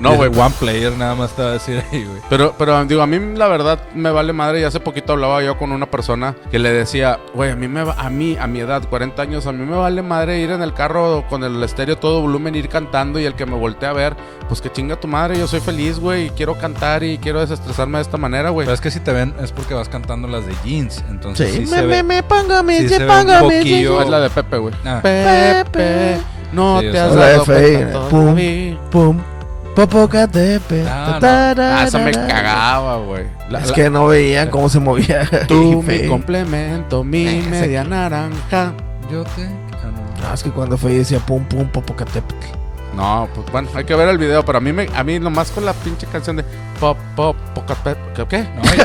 [SPEAKER 1] No, güey.
[SPEAKER 2] El One player nada más te va a decir ahí, güey.
[SPEAKER 1] Pero, pero digo, a mí la verdad me vale madre. Y hace poquito hablaba yo con una persona que le decía, güey, a mí, me, va- a mí, a mi edad, 40 años, a mí me vale madre ir en el carro con el estéreo todo volumen, ir cantando y el que me voltea a ver, pues que chinga tu madre, yo soy feliz, güey, y quiero cantar y quiero desestresarme de esta manera, güey.
[SPEAKER 2] Pero es que si te ven es porque vas cantando las de jeans. Entonces sí,
[SPEAKER 3] Sí.
[SPEAKER 2] se ve.
[SPEAKER 3] me, pángame,
[SPEAKER 2] sí
[SPEAKER 3] ye,
[SPEAKER 2] se ve un poquillo-
[SPEAKER 1] Es la de Pepe, güey.
[SPEAKER 2] Ah,
[SPEAKER 1] Pepe, no
[SPEAKER 2] Sí, o
[SPEAKER 1] te
[SPEAKER 2] sea,
[SPEAKER 1] has
[SPEAKER 3] la
[SPEAKER 1] dado
[SPEAKER 3] F ahí,
[SPEAKER 1] cuenta
[SPEAKER 3] pum.
[SPEAKER 1] todavía.
[SPEAKER 3] Pum. Popocatepe.
[SPEAKER 2] Ah, no.
[SPEAKER 3] tatarara.
[SPEAKER 1] Ah, eso me cagaba, güey. La-
[SPEAKER 3] Es
[SPEAKER 1] la-
[SPEAKER 3] que no veían cómo se movía.
[SPEAKER 1] Tú,
[SPEAKER 3] Fe.
[SPEAKER 1] mi complemento, mi
[SPEAKER 3] Ese-
[SPEAKER 1] media naranja.
[SPEAKER 2] Yo te. ah, no.
[SPEAKER 3] Ah, es que cuando fue decía pum pum popocatepe.
[SPEAKER 1] No, pues bueno, hay que ver el video, pero a mí me, a mí nomás con la pinche canción de pop pop poca pe- ¿qué? qué?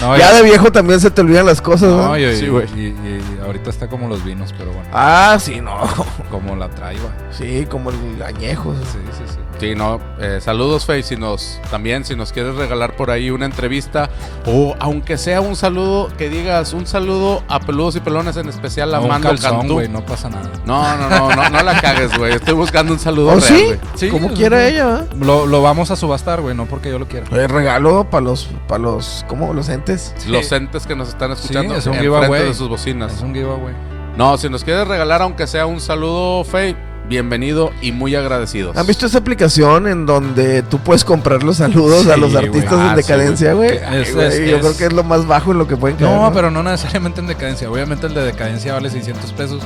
[SPEAKER 2] No, ya. No,
[SPEAKER 3] Ya de viejo también se te olvidan las cosas,
[SPEAKER 2] No,
[SPEAKER 3] ¿no?
[SPEAKER 2] y-
[SPEAKER 1] Sí,
[SPEAKER 2] y-
[SPEAKER 1] güey.
[SPEAKER 2] y- y ahorita está como los vinos, pero bueno.
[SPEAKER 3] Ah, sí, no.
[SPEAKER 2] Como la traiba.
[SPEAKER 3] Sí, como el añejo.
[SPEAKER 2] Sí, sí, sí.
[SPEAKER 1] Sí, no, eh, saludos Face, si nos también si nos quieres regalar por ahí una entrevista o aunque sea un saludo que digas un saludo a peludos y pelones en especial a
[SPEAKER 2] No, un
[SPEAKER 1] Mando
[SPEAKER 2] calzón,
[SPEAKER 1] Cantú.
[SPEAKER 2] güey, no pasa nada.
[SPEAKER 1] No, no, no, no, no la cagues, güey. Estoy buscando un saludo
[SPEAKER 3] ¿Oh,
[SPEAKER 1] real,
[SPEAKER 3] sí?
[SPEAKER 1] güey.
[SPEAKER 2] Sí,
[SPEAKER 3] como
[SPEAKER 2] o
[SPEAKER 3] quiera
[SPEAKER 2] sea,
[SPEAKER 3] ella, ¿eh?
[SPEAKER 2] Lo, lo vamos a subastar, güey, no porque yo lo quiera.
[SPEAKER 3] Eh, regalo para los, para los, ¿cómo? Los entes.
[SPEAKER 2] Sí.
[SPEAKER 1] Los entes que nos están escuchando
[SPEAKER 2] es un
[SPEAKER 1] enfrente
[SPEAKER 2] giveaway.
[SPEAKER 1] de sus bocinas.
[SPEAKER 2] Es un giveaway.
[SPEAKER 1] No, si nos quieres regalar aunque sea un saludo Face, bienvenido y muy agradecidos.
[SPEAKER 3] ¿Han visto esa aplicación en donde tú puedes comprar los saludos a
[SPEAKER 2] Sí,
[SPEAKER 3] los
[SPEAKER 2] güey.
[SPEAKER 3] artistas
[SPEAKER 1] Ah,
[SPEAKER 3] en
[SPEAKER 1] sí,
[SPEAKER 3] decadencia, güey?
[SPEAKER 2] Que
[SPEAKER 3] Ay,
[SPEAKER 2] es-
[SPEAKER 3] güey,
[SPEAKER 2] es-
[SPEAKER 3] Yo
[SPEAKER 2] es-
[SPEAKER 3] creo que es lo más bajo en lo que pueden caer.
[SPEAKER 2] No, pero no necesariamente en decadencia. Obviamente el de decadencia vale 600 pesos.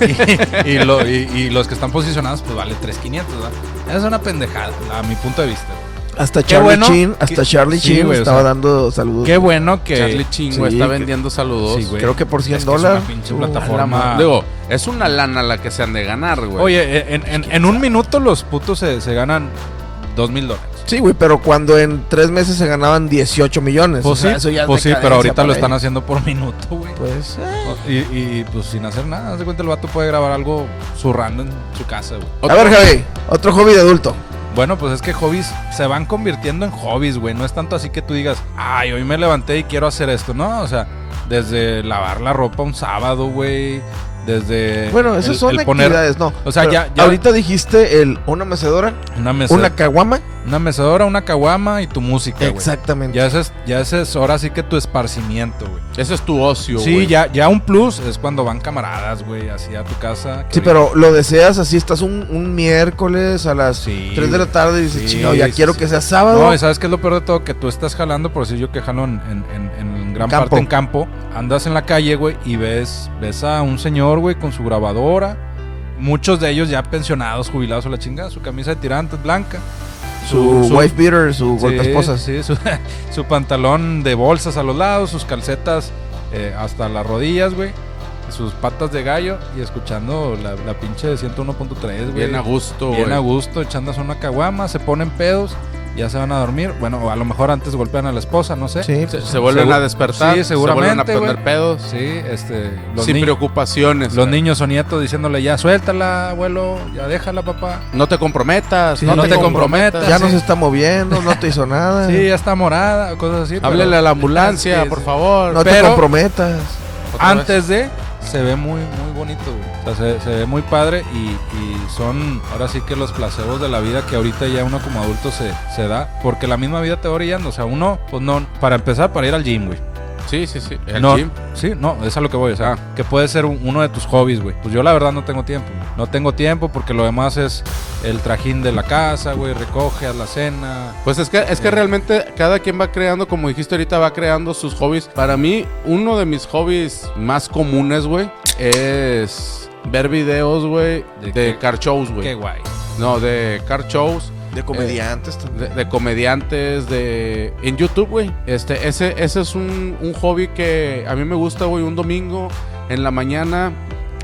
[SPEAKER 2] y, y lo- y- y los que están posicionados, pues vale 3,500. ¿verdad? Esa Es una pendejada, a mi punto de vista. güey.
[SPEAKER 3] Hasta Charlie
[SPEAKER 2] bueno
[SPEAKER 3] Chin,
[SPEAKER 2] que-
[SPEAKER 3] hasta Charlie
[SPEAKER 2] Sí,
[SPEAKER 3] Chin
[SPEAKER 2] güey, o
[SPEAKER 3] estaba
[SPEAKER 2] sea,
[SPEAKER 3] dando saludos.
[SPEAKER 2] Qué bueno que.
[SPEAKER 1] Charlie Chingo
[SPEAKER 3] Sí,
[SPEAKER 1] está
[SPEAKER 3] que-
[SPEAKER 1] vendiendo saludos.
[SPEAKER 2] Sí, güey.
[SPEAKER 3] Creo que por 100
[SPEAKER 2] Es que es una
[SPEAKER 3] dólares. uh,
[SPEAKER 2] pinche
[SPEAKER 3] tú,
[SPEAKER 1] A
[SPEAKER 2] plataforma.
[SPEAKER 1] la
[SPEAKER 2] Forma-
[SPEAKER 1] ma- Digo, es una lana la que se han de ganar, güey.
[SPEAKER 2] Oye, en, en- en un minuto los putos se, se ganan 2 mil dólares.
[SPEAKER 3] Sí, güey, pero cuando en tres meses se ganaban 18 millones.
[SPEAKER 2] Pues
[SPEAKER 3] o sea, eso
[SPEAKER 2] sí,
[SPEAKER 3] ya es
[SPEAKER 2] pues sí, pero
[SPEAKER 3] decadencia
[SPEAKER 2] ahorita
[SPEAKER 3] para
[SPEAKER 2] lo están
[SPEAKER 3] ellos.
[SPEAKER 2] haciendo por minuto, güey.
[SPEAKER 3] Pues, eh.
[SPEAKER 2] Y, y, pues sin hacer nada, haz de cuenta el vato puede grabar algo zurrando en su casa, güey.
[SPEAKER 1] Otro-
[SPEAKER 3] A ver, Javi, otro hobby de adulto.
[SPEAKER 2] Bueno, pues es que hobbies se van convirtiendo en hobbies, güey. No es tanto así que tú digas, ay, hoy me levanté y quiero hacer esto. No, o sea, desde lavar la ropa un sábado, güey. Desde.
[SPEAKER 3] Bueno, esas
[SPEAKER 2] Eh, el-
[SPEAKER 3] son
[SPEAKER 2] el poner
[SPEAKER 3] actividades, no.
[SPEAKER 2] o sea,
[SPEAKER 3] Pero
[SPEAKER 2] ya- ya-
[SPEAKER 3] Ahorita dijiste el una mecedora,
[SPEAKER 2] una, mece-
[SPEAKER 3] una caguama.
[SPEAKER 2] una mecedora, una caguama y tu música, güey.
[SPEAKER 3] Exactamente.
[SPEAKER 2] Ya ese es, ya ese es ahora sí que tu esparcimiento, güey.
[SPEAKER 1] Ese es tu ocio,
[SPEAKER 2] Sí,
[SPEAKER 1] güey.
[SPEAKER 2] ya, ya un plus es cuando van camaradas, güey, así a tu casa. que
[SPEAKER 3] Sí,
[SPEAKER 2] digan,
[SPEAKER 3] pero lo deseas así, estás un, un miércoles a las
[SPEAKER 2] Sí,
[SPEAKER 3] 3 de la tarde y dices,
[SPEAKER 2] sí,
[SPEAKER 3] chingado, ya
[SPEAKER 2] sí,
[SPEAKER 3] quiero
[SPEAKER 2] sí.
[SPEAKER 3] que sea sábado.
[SPEAKER 2] No, y sabes que es lo peor de todo, que tú estás jalando, por decir yo que jalo en, en- en- en gran
[SPEAKER 3] Campo.
[SPEAKER 2] parte en campo, andas en la calle, güey, y ves, ves a un señor, güey, con su grabadora, muchos de ellos ya pensionados, jubilados o la chingada, su camisa de tirantes blanca,
[SPEAKER 3] su, wife beater, su
[SPEAKER 2] sí,
[SPEAKER 3] golpe esposa.
[SPEAKER 2] sí, su, su pantalón de bolsas a los lados, sus calcetas eh, hasta las rodillas, güey. Sus patas de gallo y escuchando la, la pinche de 101.3, güey.
[SPEAKER 1] Bien a gusto, güey.
[SPEAKER 2] Bien a gusto, echándose una caguama, se ponen pedos, ya se van a dormir. Bueno, o a lo mejor antes golpean a la esposa, no sé.
[SPEAKER 3] Sí,
[SPEAKER 1] Se, se vuelven
[SPEAKER 2] Segu-
[SPEAKER 1] a despertar.
[SPEAKER 2] Sí,
[SPEAKER 1] Se vuelven a
[SPEAKER 2] seguramente,
[SPEAKER 1] prender
[SPEAKER 2] güey.
[SPEAKER 1] pedos.
[SPEAKER 2] Sí, este, los,
[SPEAKER 1] sin
[SPEAKER 2] ni-
[SPEAKER 1] preocupaciones.
[SPEAKER 2] los
[SPEAKER 1] güey.
[SPEAKER 2] niños o nietos diciéndole ya suéltala, abuelo, ya déjala, papá.
[SPEAKER 1] No te comprometas.
[SPEAKER 3] Sí,
[SPEAKER 1] no,
[SPEAKER 3] no
[SPEAKER 1] te
[SPEAKER 3] te
[SPEAKER 1] comprometas.
[SPEAKER 3] ya no
[SPEAKER 2] sí.
[SPEAKER 3] se está moviendo, no te hizo nada.
[SPEAKER 2] Sí, ya está morada, o cosas así. pero
[SPEAKER 1] Háblele a la ambulancia,
[SPEAKER 2] Sí,
[SPEAKER 1] por
[SPEAKER 2] sí.
[SPEAKER 1] favor.
[SPEAKER 3] no te
[SPEAKER 2] pero-
[SPEAKER 3] comprometas.
[SPEAKER 1] Otra vez.
[SPEAKER 2] Antes de, se ve muy, muy bonito, güey. O sea, se, se ve muy padre y, y son ahora sí que los placebos de la vida que ahorita ya uno como adulto se, se da, porque la misma vida te va orillando. O sea, uno, pues no, para empezar, para ir al gym, güey.
[SPEAKER 1] Sí, sí, sí. El
[SPEAKER 2] no,
[SPEAKER 1] gym.
[SPEAKER 2] Sí, no, es a lo que voy. O sea, que puede ser un- uno de tus hobbies, güey. Pues yo la verdad no tengo tiempo. güey. No tengo tiempo porque lo demás es el trajín de la casa, güey. Recoge, haz la cena.
[SPEAKER 1] Pues es que, es que realmente cada quien va creando, como dijiste ahorita, va creando sus hobbies. Para mí, uno de mis hobbies más comunes, güey, es ver videos, güey,
[SPEAKER 2] ¿De
[SPEAKER 1] de,
[SPEAKER 2] qué?
[SPEAKER 1] car shows,
[SPEAKER 2] Qué
[SPEAKER 1] güey.
[SPEAKER 2] guay.
[SPEAKER 1] No, de car shows.
[SPEAKER 3] De comediantes también.
[SPEAKER 1] de, de comediantes, de... En YouTube, güey. Este, ese, ese es un, un hobby que a mí me gusta, güey. Un domingo en la mañana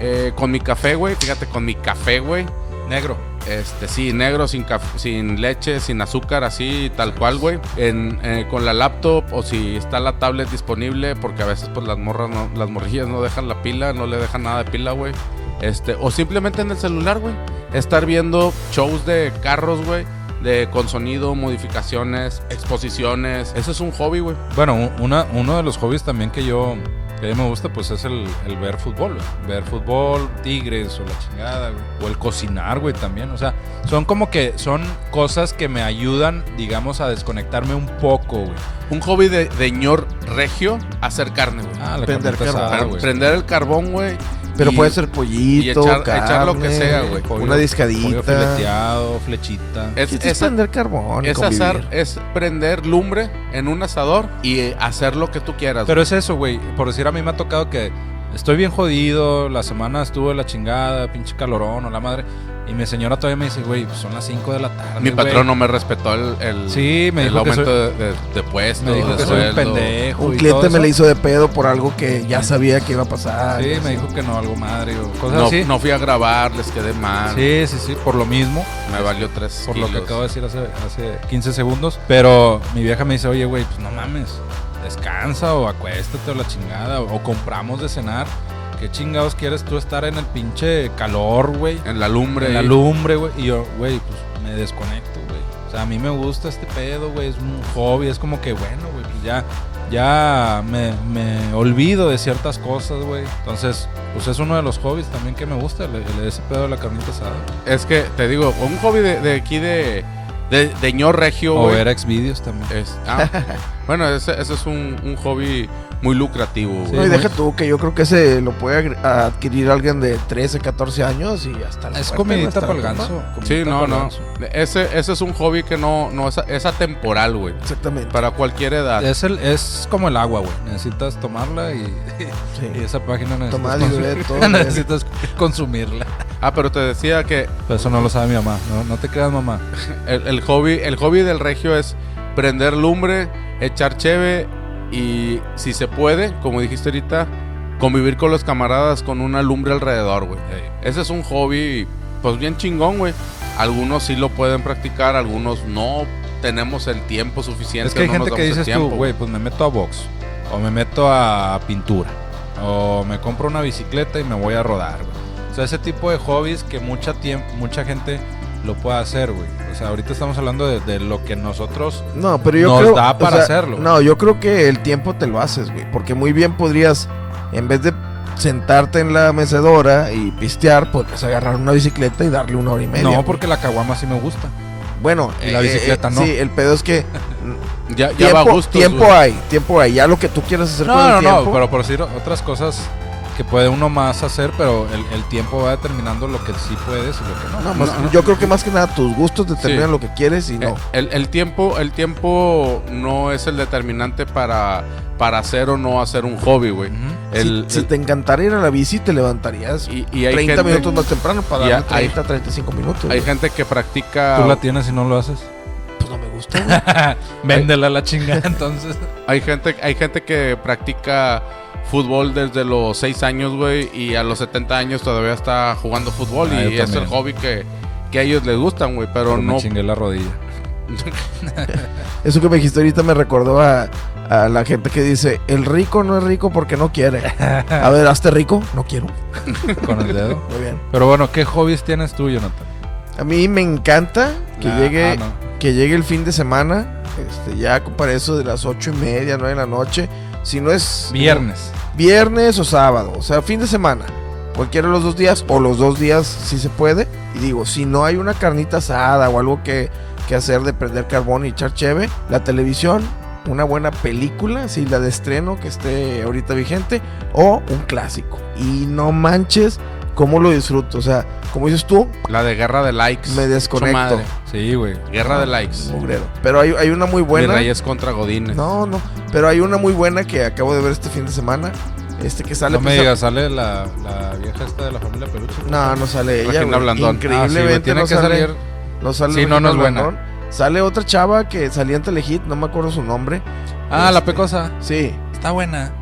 [SPEAKER 1] eh, con mi café, güey. Fíjate, con mi café, güey.
[SPEAKER 2] Negro.
[SPEAKER 1] Este, sí, negro, sin, caf- sin leche, sin azúcar, así, tal cual, güey. En, eh, con la laptop o si está la tablet disponible, porque a veces pues las morras, no, las morrillas no dejan la pila, no le dejan nada de pila, güey. Este, o simplemente en el celular, güey. Estar viendo shows de carros, güey. de con sonido, modificaciones, exposiciones. Eso es un hobby, güey.
[SPEAKER 2] Bueno, u- una, uno de los hobbies también que yo que a mí me gusta pues es el, el ver fútbol, güey. ver fútbol, tigres o la chingada, güey. o el cocinar, güey, también, o sea, son como que son cosas que me ayudan, digamos, a desconectarme un poco, güey.
[SPEAKER 1] Un hobby de, de ñor regio, hacer carne, güey.
[SPEAKER 2] Ah, la
[SPEAKER 3] Prender
[SPEAKER 2] carnita
[SPEAKER 3] carro.
[SPEAKER 2] asada,
[SPEAKER 1] Pre-
[SPEAKER 2] güey.
[SPEAKER 1] prender el carbón, güey.
[SPEAKER 3] Pero
[SPEAKER 1] y-
[SPEAKER 3] puede ser pollito,
[SPEAKER 1] echar- echar lo que
[SPEAKER 3] carne,
[SPEAKER 1] sea, güey.
[SPEAKER 2] Pollo-
[SPEAKER 3] Una
[SPEAKER 2] pollo
[SPEAKER 3] discadita.
[SPEAKER 2] fileteado, flechita.
[SPEAKER 1] Es,
[SPEAKER 3] Es,
[SPEAKER 1] es-
[SPEAKER 3] prender carbón. y
[SPEAKER 1] es
[SPEAKER 3] convivir.
[SPEAKER 1] hacer, es prender lumbre en un asador y eh, hacer lo que tú quieras.
[SPEAKER 2] Pero es eso, güey. Por decir, a mí me ha tocado que estoy bien jodido, la semana estuvo de la chingada, pinche calorón o la madre. Y mi señora todavía me dice, güey, pues son las 5 de la tarde.
[SPEAKER 1] güey. Mi
[SPEAKER 2] güey.
[SPEAKER 1] patrón no me respetó el, el,
[SPEAKER 2] Sí, me
[SPEAKER 1] el
[SPEAKER 2] dijo que
[SPEAKER 1] aumento
[SPEAKER 2] soy-
[SPEAKER 1] de, de, de puesto,
[SPEAKER 2] me dijo
[SPEAKER 1] de
[SPEAKER 2] que soy un
[SPEAKER 1] sueldo.
[SPEAKER 2] pendejo.
[SPEAKER 3] Un
[SPEAKER 2] y
[SPEAKER 3] cliente
[SPEAKER 2] todo
[SPEAKER 3] me le
[SPEAKER 2] eso.
[SPEAKER 3] hizo de pedo por algo que ya sabía que iba a pasar.
[SPEAKER 2] Sí, me dijo que no, algo madre o cosas
[SPEAKER 1] No,
[SPEAKER 2] así.
[SPEAKER 1] no fui a grabar, les quedé mal.
[SPEAKER 2] Sí, sí, sí, por lo mismo.
[SPEAKER 1] Me valió tres
[SPEAKER 2] Por lo que
[SPEAKER 1] kilos.
[SPEAKER 2] acabo de decir hace, hace 15 segundos. Pero mi vieja me dice, oye, güey, pues no mames. Descansa o acuéstate o la chingada. O, o compramos de cenar. ¿Qué chingados quieres tú estar en el pinche calor, güey?
[SPEAKER 1] En la lumbre.
[SPEAKER 2] En la
[SPEAKER 1] y-
[SPEAKER 2] lumbre, güey. Y yo, güey, pues me desconecto, güey. O sea, a mí me gusta este pedo, güey. Es un hobby. Es como que, bueno, güey, pues ya, ya me, me olvido de ciertas cosas, güey. Entonces, pues es uno de los hobbies también que me gusta, el, el- ese pedo de la carnita asada.
[SPEAKER 1] Es que te digo, un hobby de, de aquí de, de, de ñor regio,
[SPEAKER 2] O
[SPEAKER 1] güey.
[SPEAKER 2] ver exvideos también.
[SPEAKER 1] Es- ah, bueno, ese, ese es un, un hobby muy lucrativo, güey.
[SPEAKER 2] Sí,
[SPEAKER 3] No,
[SPEAKER 2] muy-
[SPEAKER 3] y deja tú que yo creo que ese lo puede agre- adquirir alguien de 13, 14 años y hasta la
[SPEAKER 2] Es
[SPEAKER 3] muerte,
[SPEAKER 2] comidita
[SPEAKER 3] hasta la
[SPEAKER 2] para el
[SPEAKER 3] tumba.
[SPEAKER 2] ganso.
[SPEAKER 1] Sí,
[SPEAKER 2] comidita
[SPEAKER 1] no,
[SPEAKER 2] pa'l
[SPEAKER 1] no.
[SPEAKER 2] ganso.
[SPEAKER 1] Ese, ese es un hobby que no, no es, es atemporal, güey.
[SPEAKER 3] Exactamente.
[SPEAKER 1] Para cualquier edad.
[SPEAKER 2] Es, el, es como el agua, güey. Necesitas tomarla y,
[SPEAKER 3] Sí.
[SPEAKER 2] y esa página necesitas,
[SPEAKER 3] Tomás y
[SPEAKER 2] consumir-
[SPEAKER 3] bebé, todo. güey.
[SPEAKER 2] necesitas consumirla.
[SPEAKER 1] Ah, pero te decía que
[SPEAKER 2] Pero eso no lo sabe mi mamá. No, no te creas, mamá.
[SPEAKER 1] el, el hobby, el hobby del regio es prender lumbre, echar cheve y, si se puede, como dijiste ahorita, convivir con los camaradas con una lumbre alrededor, güey. Ese es un hobby, pues bien chingón, güey. Algunos sí lo pueden practicar, algunos no tenemos el tiempo suficiente.
[SPEAKER 2] Es que hay
[SPEAKER 1] no nos
[SPEAKER 2] gente que
[SPEAKER 1] damos el
[SPEAKER 2] dices tú,
[SPEAKER 1] tiempo,
[SPEAKER 2] güey, pues me meto a box. O me meto a pintura. O me compro una bicicleta y me voy a rodar, güey. O sea, ese tipo de hobbies que mucha, tiemp- mucha gente lo puede hacer, güey. O sea, ahorita estamos hablando de, de lo que nosotros...
[SPEAKER 3] No, pero yo
[SPEAKER 2] Nos
[SPEAKER 3] creo.
[SPEAKER 2] da
[SPEAKER 3] o
[SPEAKER 2] para hacerlo, güey.
[SPEAKER 3] No, yo creo que el tiempo te lo haces, güey. Porque muy bien podrías, en vez de sentarte en la mecedora y pistear, podrías agarrar una bicicleta y darle una hora y media.
[SPEAKER 2] no,
[SPEAKER 3] güey.
[SPEAKER 2] porque la caguama sí me gusta.
[SPEAKER 3] Bueno, eh,
[SPEAKER 2] y la bicicleta no.
[SPEAKER 3] Sí, el pedo es que
[SPEAKER 1] Ya, ya va
[SPEAKER 3] tiempo,
[SPEAKER 1] a gusto.
[SPEAKER 3] tiempo hay, tiempo hay. Ya lo que tú quieras hacer con el
[SPEAKER 2] No, no,
[SPEAKER 3] tiempo.
[SPEAKER 2] no, pero por decir otras cosas que puede uno más hacer, pero el, el tiempo va determinando lo que sí puedes y lo que no.
[SPEAKER 3] No, más- Yo creo que más que nada tus gustos determinan
[SPEAKER 1] Sí.
[SPEAKER 3] lo que quieres y no.
[SPEAKER 1] Eh, El, el tiempo, el tiempo no es el determinante para, para hacer o no hacer un hobby, güey.
[SPEAKER 2] Ujú.
[SPEAKER 1] El-
[SPEAKER 3] si, si
[SPEAKER 1] el-
[SPEAKER 3] te encantara ir a la bici, te levantarías
[SPEAKER 1] y, y hay
[SPEAKER 3] 30
[SPEAKER 1] gente,
[SPEAKER 3] minutos más temprano para
[SPEAKER 1] y
[SPEAKER 3] darle
[SPEAKER 1] hay-
[SPEAKER 3] 30, 35 minutos.
[SPEAKER 1] Hay
[SPEAKER 3] güey.
[SPEAKER 1] gente que practica.
[SPEAKER 2] Tú la tienes y no lo haces.
[SPEAKER 3] Pues no me gusta, güey.
[SPEAKER 2] Véndela a la chingada entonces.
[SPEAKER 1] Hay gente, hay gente que practica fútbol desde los 6 años, güey, y a los 70 años todavía está jugando fútbol
[SPEAKER 2] Ah,
[SPEAKER 1] y
[SPEAKER 2] yo
[SPEAKER 1] es el
[SPEAKER 2] también.
[SPEAKER 1] hobby que, que a ellos les gustan, güey, pero,
[SPEAKER 2] Pero
[SPEAKER 1] no.
[SPEAKER 2] me chingué la rodilla.
[SPEAKER 3] Eso que me dijiste ahorita me recordó a, a la gente que dice, el rico no es rico porque no quiere. A ver, hazte rico, no quiero.
[SPEAKER 2] con el dedo.
[SPEAKER 3] Muy bien.
[SPEAKER 2] Pero bueno, ¿qué hobbies tienes tú, Jonathan?
[SPEAKER 3] A mí me encanta que
[SPEAKER 2] La-
[SPEAKER 3] llegue
[SPEAKER 2] ah, no.
[SPEAKER 3] que llegue el fin de semana. Este, ya para eso de las ocho y media, nueve de la noche. Si no es
[SPEAKER 2] Viernes.
[SPEAKER 3] viernes o sábado, o sea, fin de semana. Cualquiera de los dos días, o los dos días si se puede. Y digo, si no hay una carnita asada o algo que, que hacer de prender carbón y echar cheve, la televisión, una buena película, si la de estreno que esté ahorita vigente, o un clásico. Y no manches cómo lo disfruto. O sea, como dices tú,
[SPEAKER 1] La de guerra de likes.
[SPEAKER 3] me
[SPEAKER 1] Su
[SPEAKER 3] desconecto.
[SPEAKER 1] madre.
[SPEAKER 2] Sí, güey.
[SPEAKER 1] Guerra de likes.
[SPEAKER 3] Mugrero. Pero hay, hay una muy
[SPEAKER 1] Mi
[SPEAKER 3] buena.
[SPEAKER 1] Reyes contra Godines.
[SPEAKER 3] No, no. Pero hay una muy buena que acabo de ver este fin de semana. Este que sale.
[SPEAKER 2] No me
[SPEAKER 3] presa-
[SPEAKER 2] digas, sale la, la vieja esta de la familia Peluche.
[SPEAKER 3] No, no sale ella.
[SPEAKER 1] Regina
[SPEAKER 3] güey.
[SPEAKER 1] Blandón.
[SPEAKER 2] Ah, sí, güey,
[SPEAKER 3] Increíblemente
[SPEAKER 2] tiene
[SPEAKER 3] no,
[SPEAKER 2] que
[SPEAKER 3] sale,
[SPEAKER 2] salir.
[SPEAKER 3] no sale.
[SPEAKER 2] Sí, no, no es
[SPEAKER 3] Regina
[SPEAKER 2] buena.
[SPEAKER 3] Blandón. Sale otra chava que salía en Telehit, no me acuerdo su nombre.
[SPEAKER 2] Ah, la
[SPEAKER 3] Este,
[SPEAKER 2] pecosa.
[SPEAKER 3] Sí.
[SPEAKER 2] Está buena.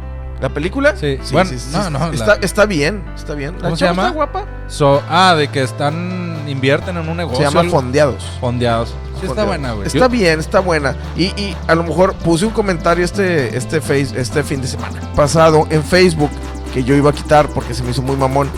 [SPEAKER 3] ¿La película?
[SPEAKER 2] Sí. Bueno, no, no, la-
[SPEAKER 3] Está, está bien, está bien. La
[SPEAKER 2] ¿Cómo se
[SPEAKER 3] chava
[SPEAKER 2] llama?
[SPEAKER 3] Está guapa.
[SPEAKER 2] So, ah, de que están. invierten en un negocio.
[SPEAKER 3] Se llama
[SPEAKER 2] algo.
[SPEAKER 3] Fondeados.
[SPEAKER 2] Fondeados. Sí, está
[SPEAKER 3] Fondeados.
[SPEAKER 2] buena, güey.
[SPEAKER 3] Está bien, está buena. Y, y a lo mejor puse un comentario este, este, face, este fin de semana pasado en Facebook que yo iba a quitar porque se me hizo muy mamón.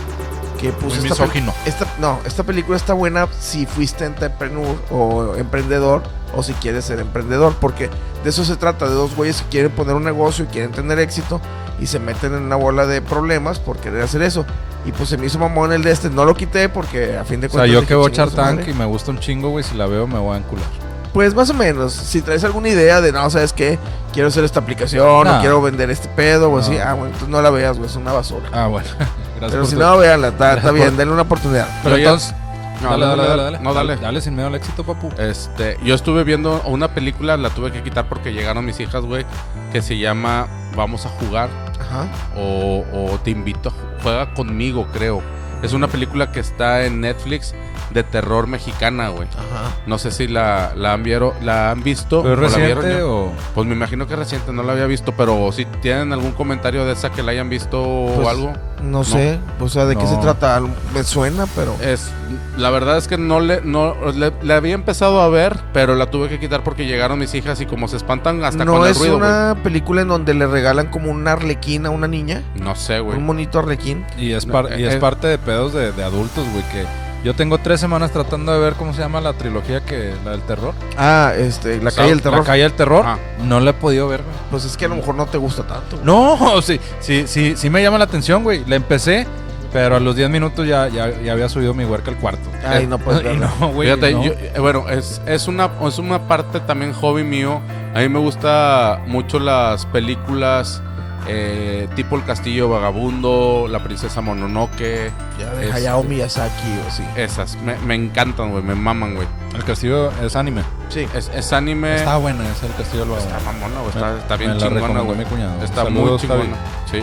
[SPEAKER 3] Que
[SPEAKER 2] Muy
[SPEAKER 3] puse esta, pel-
[SPEAKER 2] misógino.
[SPEAKER 3] esta, no, esta película está buena si fuiste entrepreneur o emprendedor o si quieres ser emprendedor, porque de eso se trata, de dos güeyes que quieren poner un negocio y quieren tener éxito y se meten en una bola de problemas por querer hacer eso. Y pues se me hizo mamón el de este, no lo quité porque a fin de
[SPEAKER 2] O sea,
[SPEAKER 3] cuentas...
[SPEAKER 2] yo
[SPEAKER 3] dije,
[SPEAKER 2] que veo
[SPEAKER 3] "Chinga su
[SPEAKER 2] Chartank
[SPEAKER 3] madre".
[SPEAKER 2] y me gusta un chingo, güey. Si la veo, me voy a encular.
[SPEAKER 3] Pues más o menos, si traes alguna idea de, no, ¿sabes qué? Quiero hacer esta aplicación o
[SPEAKER 2] No.
[SPEAKER 3] quiero vender este pedo o
[SPEAKER 2] No.
[SPEAKER 3] así, ah, bueno, entonces no la veas, güey, es una basura.
[SPEAKER 2] Ah, bueno. Gracias
[SPEAKER 3] Pero
[SPEAKER 2] por
[SPEAKER 3] si
[SPEAKER 2] tu-
[SPEAKER 3] no, veanla, está, está
[SPEAKER 2] Gracias
[SPEAKER 3] bien,
[SPEAKER 2] por-
[SPEAKER 3] denle una oportunidad.
[SPEAKER 2] Pero
[SPEAKER 1] Oye,
[SPEAKER 2] entonces.
[SPEAKER 1] No,
[SPEAKER 2] dale, dale, dale, dale.
[SPEAKER 1] No, dale.
[SPEAKER 2] Dale sin miedo al éxito, papu.
[SPEAKER 1] Este, yo estuve viendo una película, la tuve que quitar porque llegaron mis hijas, güey, que se llama Vamos a jugar
[SPEAKER 3] Ajá.
[SPEAKER 1] o, o Te invito a ju- juega conmigo, creo. Es una película que está en Netflix de terror mexicana, güey.
[SPEAKER 3] Ajá.
[SPEAKER 1] No sé si la, la, han, viero- la han visto
[SPEAKER 2] ¿Pero es
[SPEAKER 1] o la vieron
[SPEAKER 2] reciente
[SPEAKER 1] ya.
[SPEAKER 2] o.?
[SPEAKER 1] Pues me imagino que reciente, no la había visto, pero si tienen algún comentario de esa que la hayan visto
[SPEAKER 3] Pues-
[SPEAKER 1] o algo.
[SPEAKER 3] No sé, o sea, ¿de qué
[SPEAKER 2] No.
[SPEAKER 3] se trata? Algo- Me suena, pero...
[SPEAKER 1] Es, la verdad es que no le, no le, le había empezado a ver, pero la tuve que quitar porque llegaron mis hijas y como se espantan hasta
[SPEAKER 3] no
[SPEAKER 1] con el
[SPEAKER 3] es
[SPEAKER 1] ruido. güey.
[SPEAKER 3] una película en donde le regalan como un arlequín a una niña,
[SPEAKER 1] No sé, güey.
[SPEAKER 3] un monito arlequín.
[SPEAKER 2] Y es,
[SPEAKER 1] No,
[SPEAKER 2] par- y
[SPEAKER 1] eh,
[SPEAKER 2] es
[SPEAKER 1] eh.
[SPEAKER 2] parte de pedos de, de adultos, güey. Que yo tengo tres semanas tratando de ver cómo se llama la trilogía que la del terror.
[SPEAKER 3] Ah, este, la
[SPEAKER 1] Sa-
[SPEAKER 3] calle del terror.
[SPEAKER 2] La calle del terror.
[SPEAKER 1] Ah.
[SPEAKER 2] No la he podido ver, güey.
[SPEAKER 3] Pues es que a lo mejor no te gusta tanto. güey.
[SPEAKER 2] No, sí, sí, sí, sí me llama la atención, güey. La empecé, pero a los 10 minutos ya, ya, ya había subido mi huerca al cuarto.
[SPEAKER 3] Ay, no puedes
[SPEAKER 2] Y
[SPEAKER 3] verla.
[SPEAKER 2] no, güey.
[SPEAKER 1] Fíjate,
[SPEAKER 2] no.
[SPEAKER 1] yo- eh, bueno, es, es, una, es una parte también hobby mío. A mí me gusta mucho las películas eh, tipo El Castillo Vagabundo, La Princesa Mononoke,
[SPEAKER 3] Ya de
[SPEAKER 1] Este.
[SPEAKER 3] Hayao Miyazaki o sí.
[SPEAKER 1] esas. Me, me encantan, güey, me maman, güey.
[SPEAKER 2] El castillo es anime.
[SPEAKER 3] Sí.
[SPEAKER 1] Es, es anime.
[SPEAKER 2] Eh. Está buena, es el castillo del
[SPEAKER 1] Está
[SPEAKER 2] vagabundo.
[SPEAKER 1] mamona, güey,
[SPEAKER 2] Me-
[SPEAKER 1] Está, está bien
[SPEAKER 2] me la
[SPEAKER 1] chingona,
[SPEAKER 2] recomendó
[SPEAKER 1] güey.
[SPEAKER 2] mi cuñado.
[SPEAKER 1] Está muy
[SPEAKER 2] Saludos,
[SPEAKER 1] chingona. Pues, Sí.
[SPEAKER 2] Tavi.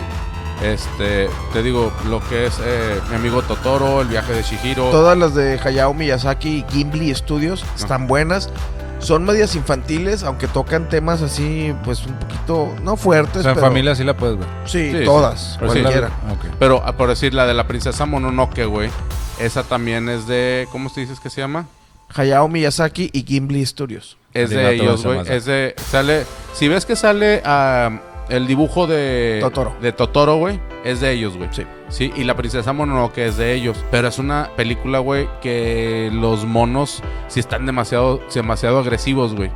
[SPEAKER 1] Este, te digo, lo que es eh, mi amigo Totoro, el viaje de Shihiro.
[SPEAKER 3] Todas las de Hayao Miyazaki y Gimli Studios están buenas. Son medias infantiles, aunque tocan temas así, pues un poquito, no fuertes,
[SPEAKER 2] O sea, en
[SPEAKER 3] pero
[SPEAKER 2] familia sí la puedes ver.
[SPEAKER 3] sí,
[SPEAKER 1] Sí, sí.
[SPEAKER 3] todas,
[SPEAKER 1] Pero pues, sí,
[SPEAKER 3] cualquiera.
[SPEAKER 2] Ah, ok.
[SPEAKER 1] Pero ah, por decir, la de la princesa Mononoke, güey. Esa también es de. ¿Cómo te dices que se llama?
[SPEAKER 3] Hayao Miyazaki y Gimli Studios.
[SPEAKER 1] Es de
[SPEAKER 2] Arigato
[SPEAKER 1] ellos, güey.
[SPEAKER 2] gozaimasu.
[SPEAKER 1] Es de. Sale. Si ves que sale ah, el dibujo de.
[SPEAKER 3] Totoro.
[SPEAKER 1] De Totoro, güey. Es de ellos, güey.
[SPEAKER 3] Sí.
[SPEAKER 1] Sí, y la princesa Mononoke es de ellos. Pero es una película, güey, que los monos sí están demasiado, demasiado agresivos, güey.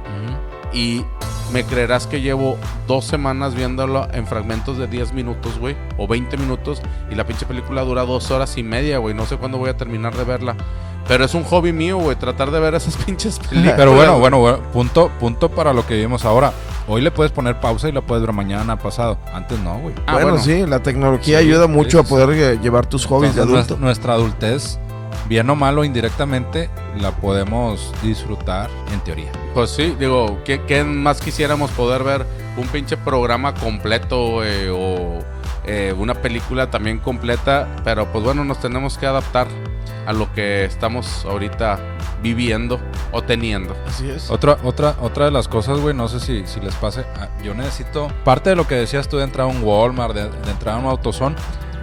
[SPEAKER 1] Y me creerás que llevo dos semanas viéndolo en fragmentos de 10 minutos, güey, o 20 minutos, y la pinche película dura dos horas y media, güey. No sé cuándo voy a terminar de verla. Pero es un hobby mío, güey, tratar de ver esas pinches películas.
[SPEAKER 2] Pero bueno,
[SPEAKER 1] güey.
[SPEAKER 2] bueno, bueno, punto, punto para lo que vivimos ahora. Hoy le puedes poner pausa y la puedes ver mañana, pasado. Antes no, güey.
[SPEAKER 1] Ah,
[SPEAKER 3] bueno,
[SPEAKER 1] bueno.
[SPEAKER 3] sí, la tecnología
[SPEAKER 2] Sí,
[SPEAKER 3] ayuda
[SPEAKER 2] sí,
[SPEAKER 3] mucho
[SPEAKER 2] sí.
[SPEAKER 3] a poder eh, llevar tus hobbies de
[SPEAKER 2] Entonces,
[SPEAKER 3] adulto.
[SPEAKER 2] nuestra, nuestra adultez, bien o malo, indirectamente, la podemos disfrutar en teoría.
[SPEAKER 1] Pues sí, digo, ¿qué, qué más quisiéramos poder ver? Un pinche programa completo, güey, o eh, una película también completa. Pero pues bueno, nos tenemos que adaptar a lo que estamos ahorita viviendo o teniendo.
[SPEAKER 3] Así es.
[SPEAKER 2] Otra, otra, otra de las cosas, güey, no sé si, si les pase. ah, Yo necesito. Parte de lo que decías tú de entrar a un Walmart, de, de entrar a un autosón.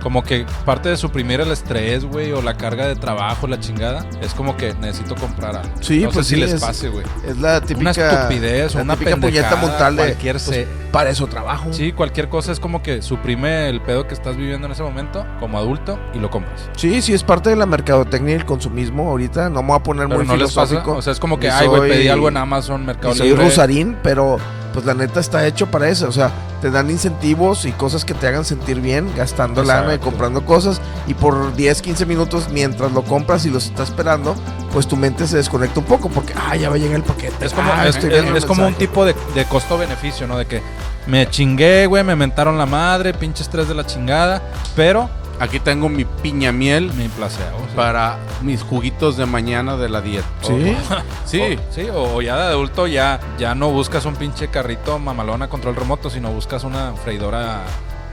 [SPEAKER 2] Como que parte de suprimir el estrés, güey, o la carga de trabajo, la chingada, es como que necesito comprar algo.
[SPEAKER 3] Sí,
[SPEAKER 2] no
[SPEAKER 3] pues
[SPEAKER 2] sé
[SPEAKER 3] sí,
[SPEAKER 2] si les
[SPEAKER 3] es-
[SPEAKER 2] pase, güey.
[SPEAKER 3] Es la
[SPEAKER 2] Una
[SPEAKER 3] típica.
[SPEAKER 2] estupidez o
[SPEAKER 3] la
[SPEAKER 2] una
[SPEAKER 3] típica
[SPEAKER 2] pendejada,
[SPEAKER 3] puñeta mental de.
[SPEAKER 2] cualquier
[SPEAKER 3] pues,
[SPEAKER 2] se-
[SPEAKER 3] para eso trabajo.
[SPEAKER 2] Sí, cualquier cosa es como que suprime el pedo que estás viviendo en ese momento como adulto y lo compras.
[SPEAKER 3] Sí, sí, es parte de la mercadotecnia y el consumismo ahorita. No me voy a poner
[SPEAKER 2] Pero
[SPEAKER 3] muy
[SPEAKER 2] no les pasa.
[SPEAKER 3] filosófico.
[SPEAKER 2] O sea, es como que,
[SPEAKER 3] Ni
[SPEAKER 2] ay, güey, pedí
[SPEAKER 3] soy-
[SPEAKER 2] algo en Amazon, Mercado
[SPEAKER 3] y soy
[SPEAKER 2] Libre.
[SPEAKER 3] rusarín, pero pues la neta está hecho para eso. O sea, te dan incentivos y cosas que te hagan sentir bien gastando lana y
[SPEAKER 2] Exacto.
[SPEAKER 3] comprando cosas. Y por 10, 15 minutos, mientras lo compras y los estás esperando, pues tu mente se desconecta un poco porque, ah, ya va a llegar el paquete.
[SPEAKER 2] Es como,
[SPEAKER 3] Ah,
[SPEAKER 2] es,
[SPEAKER 3] estoy
[SPEAKER 2] es-
[SPEAKER 3] viendo
[SPEAKER 2] es como un
[SPEAKER 3] mensaje.
[SPEAKER 2] tipo de, de costo-beneficio, ¿no? De que me chingué, güey, me mentaron la madre, pinches tres de la chingada, pero
[SPEAKER 1] Aquí tengo mi piña miel
[SPEAKER 2] me placebo. o sea.
[SPEAKER 1] para mis juguitos de mañana de la dieta.
[SPEAKER 3] Sí.
[SPEAKER 1] Sí,
[SPEAKER 3] oh.
[SPEAKER 2] O- sí, o, o ya de adulto ya, ya no buscas un pinche carrito mamalón a control remoto, sino buscas una freidora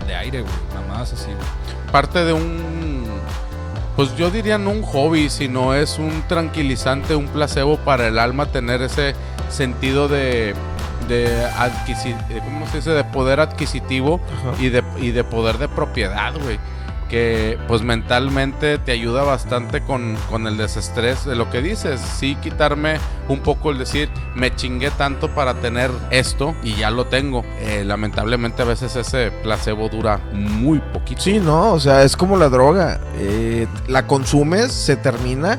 [SPEAKER 2] de aire, güey. Nada más así, güey.
[SPEAKER 1] parte de un. Pues yo diría no un hobby, sino es un tranquilizante, un placebo para el alma tener ese sentido de. de adquisi- eh, ¿Cómo se dice? De poder adquisitivo
[SPEAKER 3] Ajá.
[SPEAKER 1] y de, y de poder de propiedad, güey. que pues mentalmente te ayuda bastante con, con el desestrés de lo que dices. Sí quitarme un poco el decir, me chingué tanto para tener esto y ya lo tengo. Eh, lamentablemente a veces ese placebo dura muy poquito.
[SPEAKER 3] Sí, no, o sea, es como la droga. eh, la consumes, se termina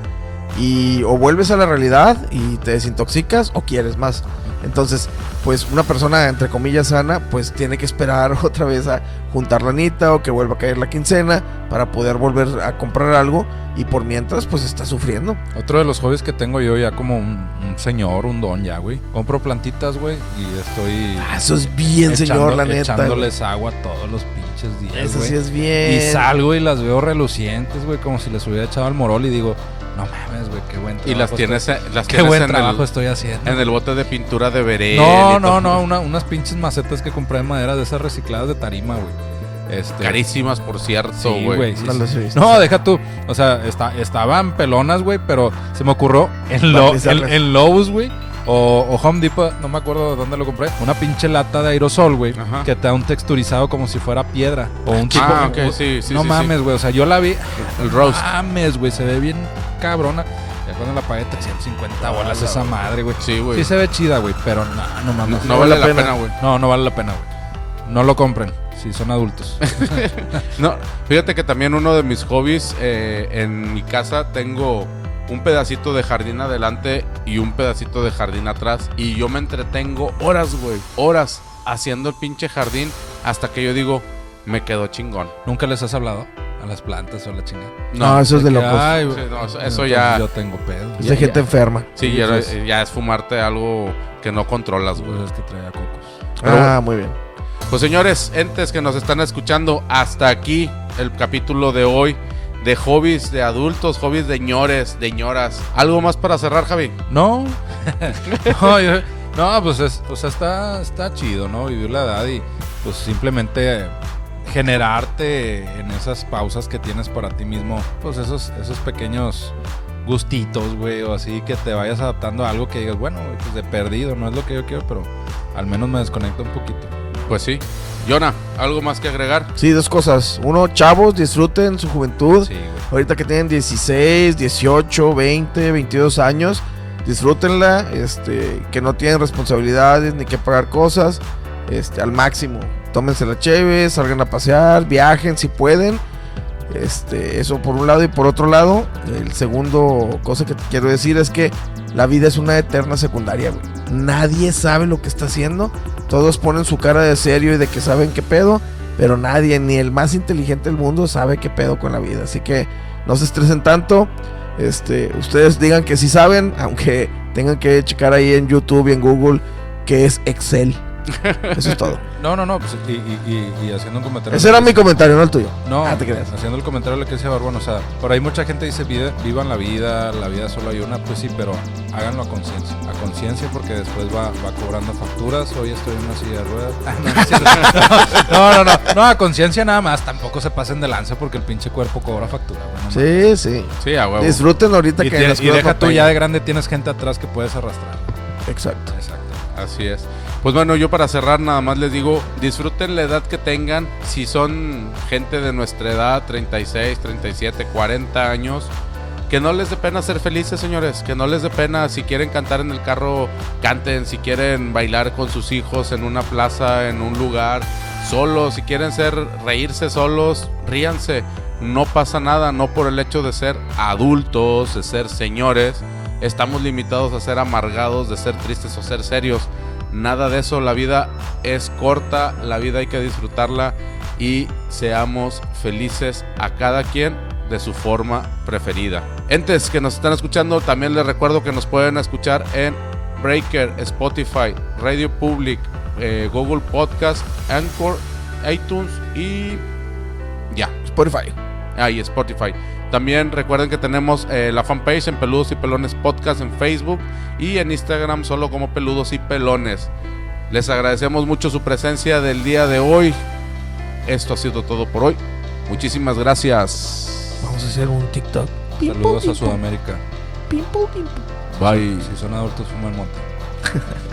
[SPEAKER 3] y o vuelves a la realidad y te desintoxicas o quieres más. Entonces, pues una persona entre comillas sana, pues tiene que esperar otra vez a juntar la nita o que vuelva a caer la quincena para poder volver a comprar algo y por mientras pues está sufriendo.
[SPEAKER 2] Otro de los hobbies que tengo yo ya como un, un señor, un don ya, güey. Compro plantitas, güey, y estoy...
[SPEAKER 3] Ah, eso es bien, señor, la neta.
[SPEAKER 2] Echándoles agua todos los pinches días,
[SPEAKER 3] Eso
[SPEAKER 2] güey.
[SPEAKER 3] sí es bien.
[SPEAKER 2] Y salgo y las veo relucientes, güey, como si les hubiera echado al morol y digo, no mames, güey, qué buen trabajo.
[SPEAKER 1] Y las
[SPEAKER 2] estoy-
[SPEAKER 1] tienes, las
[SPEAKER 2] pues, Qué
[SPEAKER 1] tienes
[SPEAKER 2] buen
[SPEAKER 1] en,
[SPEAKER 2] trabajo
[SPEAKER 1] el,
[SPEAKER 2] estoy haciendo.
[SPEAKER 1] en el bote de pintura de veré.
[SPEAKER 2] No, no, no, una- unas pinches macetas que compré de madera de esas recicladas de tarima, güey. Este,
[SPEAKER 1] Carísimas, por cierto,
[SPEAKER 2] Sí,
[SPEAKER 1] güey.
[SPEAKER 2] güey, sí,
[SPEAKER 3] No
[SPEAKER 2] sí.
[SPEAKER 3] las he visto.
[SPEAKER 2] No, deja tú. O sea, está, estaban pelonas, güey, pero se me ocurrió en, Lo- en,
[SPEAKER 3] Batizarlas.
[SPEAKER 2] en Lowe's, güey. O, o Home Depot, no me acuerdo de dónde lo compré. Una pinche lata de aerosol, güey.
[SPEAKER 1] Ajá.
[SPEAKER 2] Que te da un texturizado como si fuera piedra. O un tipo.
[SPEAKER 1] Ah, ok, sí, sí,
[SPEAKER 2] no
[SPEAKER 1] sí, sí.
[SPEAKER 2] mames, güey. O sea, yo la vi.
[SPEAKER 1] El roast.
[SPEAKER 2] Mames, güey. Se ve bien cabrona. Ya cuando la pagué 350 bolas esa madre, güey.
[SPEAKER 1] Sí, güey.
[SPEAKER 2] Sí se ve chida, güey. Pero no, no
[SPEAKER 1] No,
[SPEAKER 2] mames.
[SPEAKER 1] no vale la pena, güey.
[SPEAKER 2] No, no vale la pena, güey. No lo compren. Si son adultos.
[SPEAKER 1] No, fíjate que también uno de mis hobbies, eh, en mi casa tengo un pedacito de jardín adelante y un pedacito de jardín atrás. Y yo me entretengo horas, güey, horas haciendo el pinche jardín hasta que yo digo, me quedó chingón.
[SPEAKER 2] ¿Nunca les has hablado a las plantas o a la chingada?
[SPEAKER 3] No, Ah, eso es de
[SPEAKER 2] que,
[SPEAKER 3] locos.
[SPEAKER 2] "Ay,
[SPEAKER 1] Sí, no, eso-
[SPEAKER 2] bueno,
[SPEAKER 1] eso
[SPEAKER 2] entonces
[SPEAKER 1] ya-
[SPEAKER 2] Yo tengo pedo.
[SPEAKER 3] es de gente enferma.
[SPEAKER 1] sí, ya, ya es fumarte algo que no controlas, güey.
[SPEAKER 2] Las que traía cocos.
[SPEAKER 1] Pero
[SPEAKER 3] ah, muy bien.
[SPEAKER 1] Pues señores, entes que nos están escuchando, hasta aquí el capítulo de hoy de hobbies de adultos, hobbies de ñores, de ñoras. ¿Algo más para cerrar, Javi?
[SPEAKER 2] No. no, yo- no, pues, es- o sea, está, está chido, ¿no? Vivir la edad y pues simplemente generarte en esas pausas que tienes para ti mismo, pues esos, esos pequeños gustitos, güey, o así que te vayas adaptando a algo que digas, bueno, güey, pues de perdido, no es lo que yo quiero, pero al menos me desconecto un poquito.
[SPEAKER 1] Pues sí. Jonah, ¿algo más que agregar?
[SPEAKER 3] Sí, dos cosas. Uno, chavos, disfruten su juventud.
[SPEAKER 2] Sí, güey.
[SPEAKER 3] Ahorita que tienen 16, 18, 20, 22 años, disfrútenla, este, que no tienen responsabilidades ni que pagar cosas, este, al máximo. Tómense la chévere, salgan a pasear, viajen si pueden. Este, eso por un lado y por otro lado, el segundo cosa que te quiero decir es que la vida es una eterna secundaria, güey. Nadie sabe lo que está haciendo. Todos ponen su cara de serio y de que saben qué pedo, pero nadie, ni el más inteligente del mundo, sabe qué pedo con la vida. Así que no se estresen tanto. Este, ustedes digan que sí saben, aunque tengan que checar ahí en YouTube y en Google que es Excel. Eso es todo.
[SPEAKER 2] No, no, no, pues y, y- y- y haciendo un comentario.
[SPEAKER 3] Ese era mi comentario, no el tuyo.
[SPEAKER 2] No,
[SPEAKER 3] Ah, te creas.
[SPEAKER 2] haciendo el comentario de lo que decía Barbón, o sea, por ahí mucha gente dice, "Vive- vivan la vida, la vida solo hay una, pues sí, pero háganlo a conciencia, a conciencia porque después va, va cobrando facturas, hoy estoy en una silla de ruedas. Ah, no, no, es cierto. no, no, no, no, a conciencia nada más, tampoco se pasen de lanza porque el pinche cuerpo cobra factura, güey, no mames.
[SPEAKER 3] Sí, sí.
[SPEAKER 1] Sí, a huevo.
[SPEAKER 3] Disfruten ahorita
[SPEAKER 2] Y,
[SPEAKER 3] que
[SPEAKER 2] tie-
[SPEAKER 3] las
[SPEAKER 2] y
[SPEAKER 3] cosas
[SPEAKER 2] deja
[SPEAKER 3] no
[SPEAKER 2] tú, ya
[SPEAKER 3] pegan.
[SPEAKER 2] de grande tienes gente atrás que puedes arrastrar.
[SPEAKER 3] Exacto.
[SPEAKER 2] Exacto.
[SPEAKER 1] Así es. Pues bueno, yo para cerrar nada más les digo, disfruten la edad que tengan. Si son gente de nuestra edad, 36, 37, 40 años, que no les dé pena ser felices, señores. Que no les dé pena. Si quieren cantar en el carro, canten. Si quieren bailar con sus hijos en una plaza, en un lugar, solos. Si quieren ser reírse solos, ríanse. No pasa nada, no por el hecho de ser adultos, de ser señores. Estamos limitados a ser amargados, de ser tristes o ser serios. Nada de eso, la vida es corta, la vida hay que disfrutarla y seamos felices a cada quien de su forma preferida. Entes que nos están escuchando, también les recuerdo que nos pueden escuchar en Breaker, Spotify, Radio Public, eh, Google Podcast, Anchor, iTunes y ya.
[SPEAKER 3] Spotify.
[SPEAKER 1] Ah, y Spotify. También recuerden que tenemos eh, la fanpage en Peludos y Pelones Podcast en Facebook y en Instagram solo como Peludos y Pelones. Les agradecemos mucho su presencia del día de hoy. Esto ha sido todo por hoy. Muchísimas gracias.
[SPEAKER 3] Vamos a hacer un TikTok. Pim, pum,
[SPEAKER 2] Saludos
[SPEAKER 3] pim,
[SPEAKER 2] a Sudamérica.
[SPEAKER 3] pum, pim, pum, pim, pum.
[SPEAKER 1] Bye.
[SPEAKER 2] Si son adultos, fuman monte.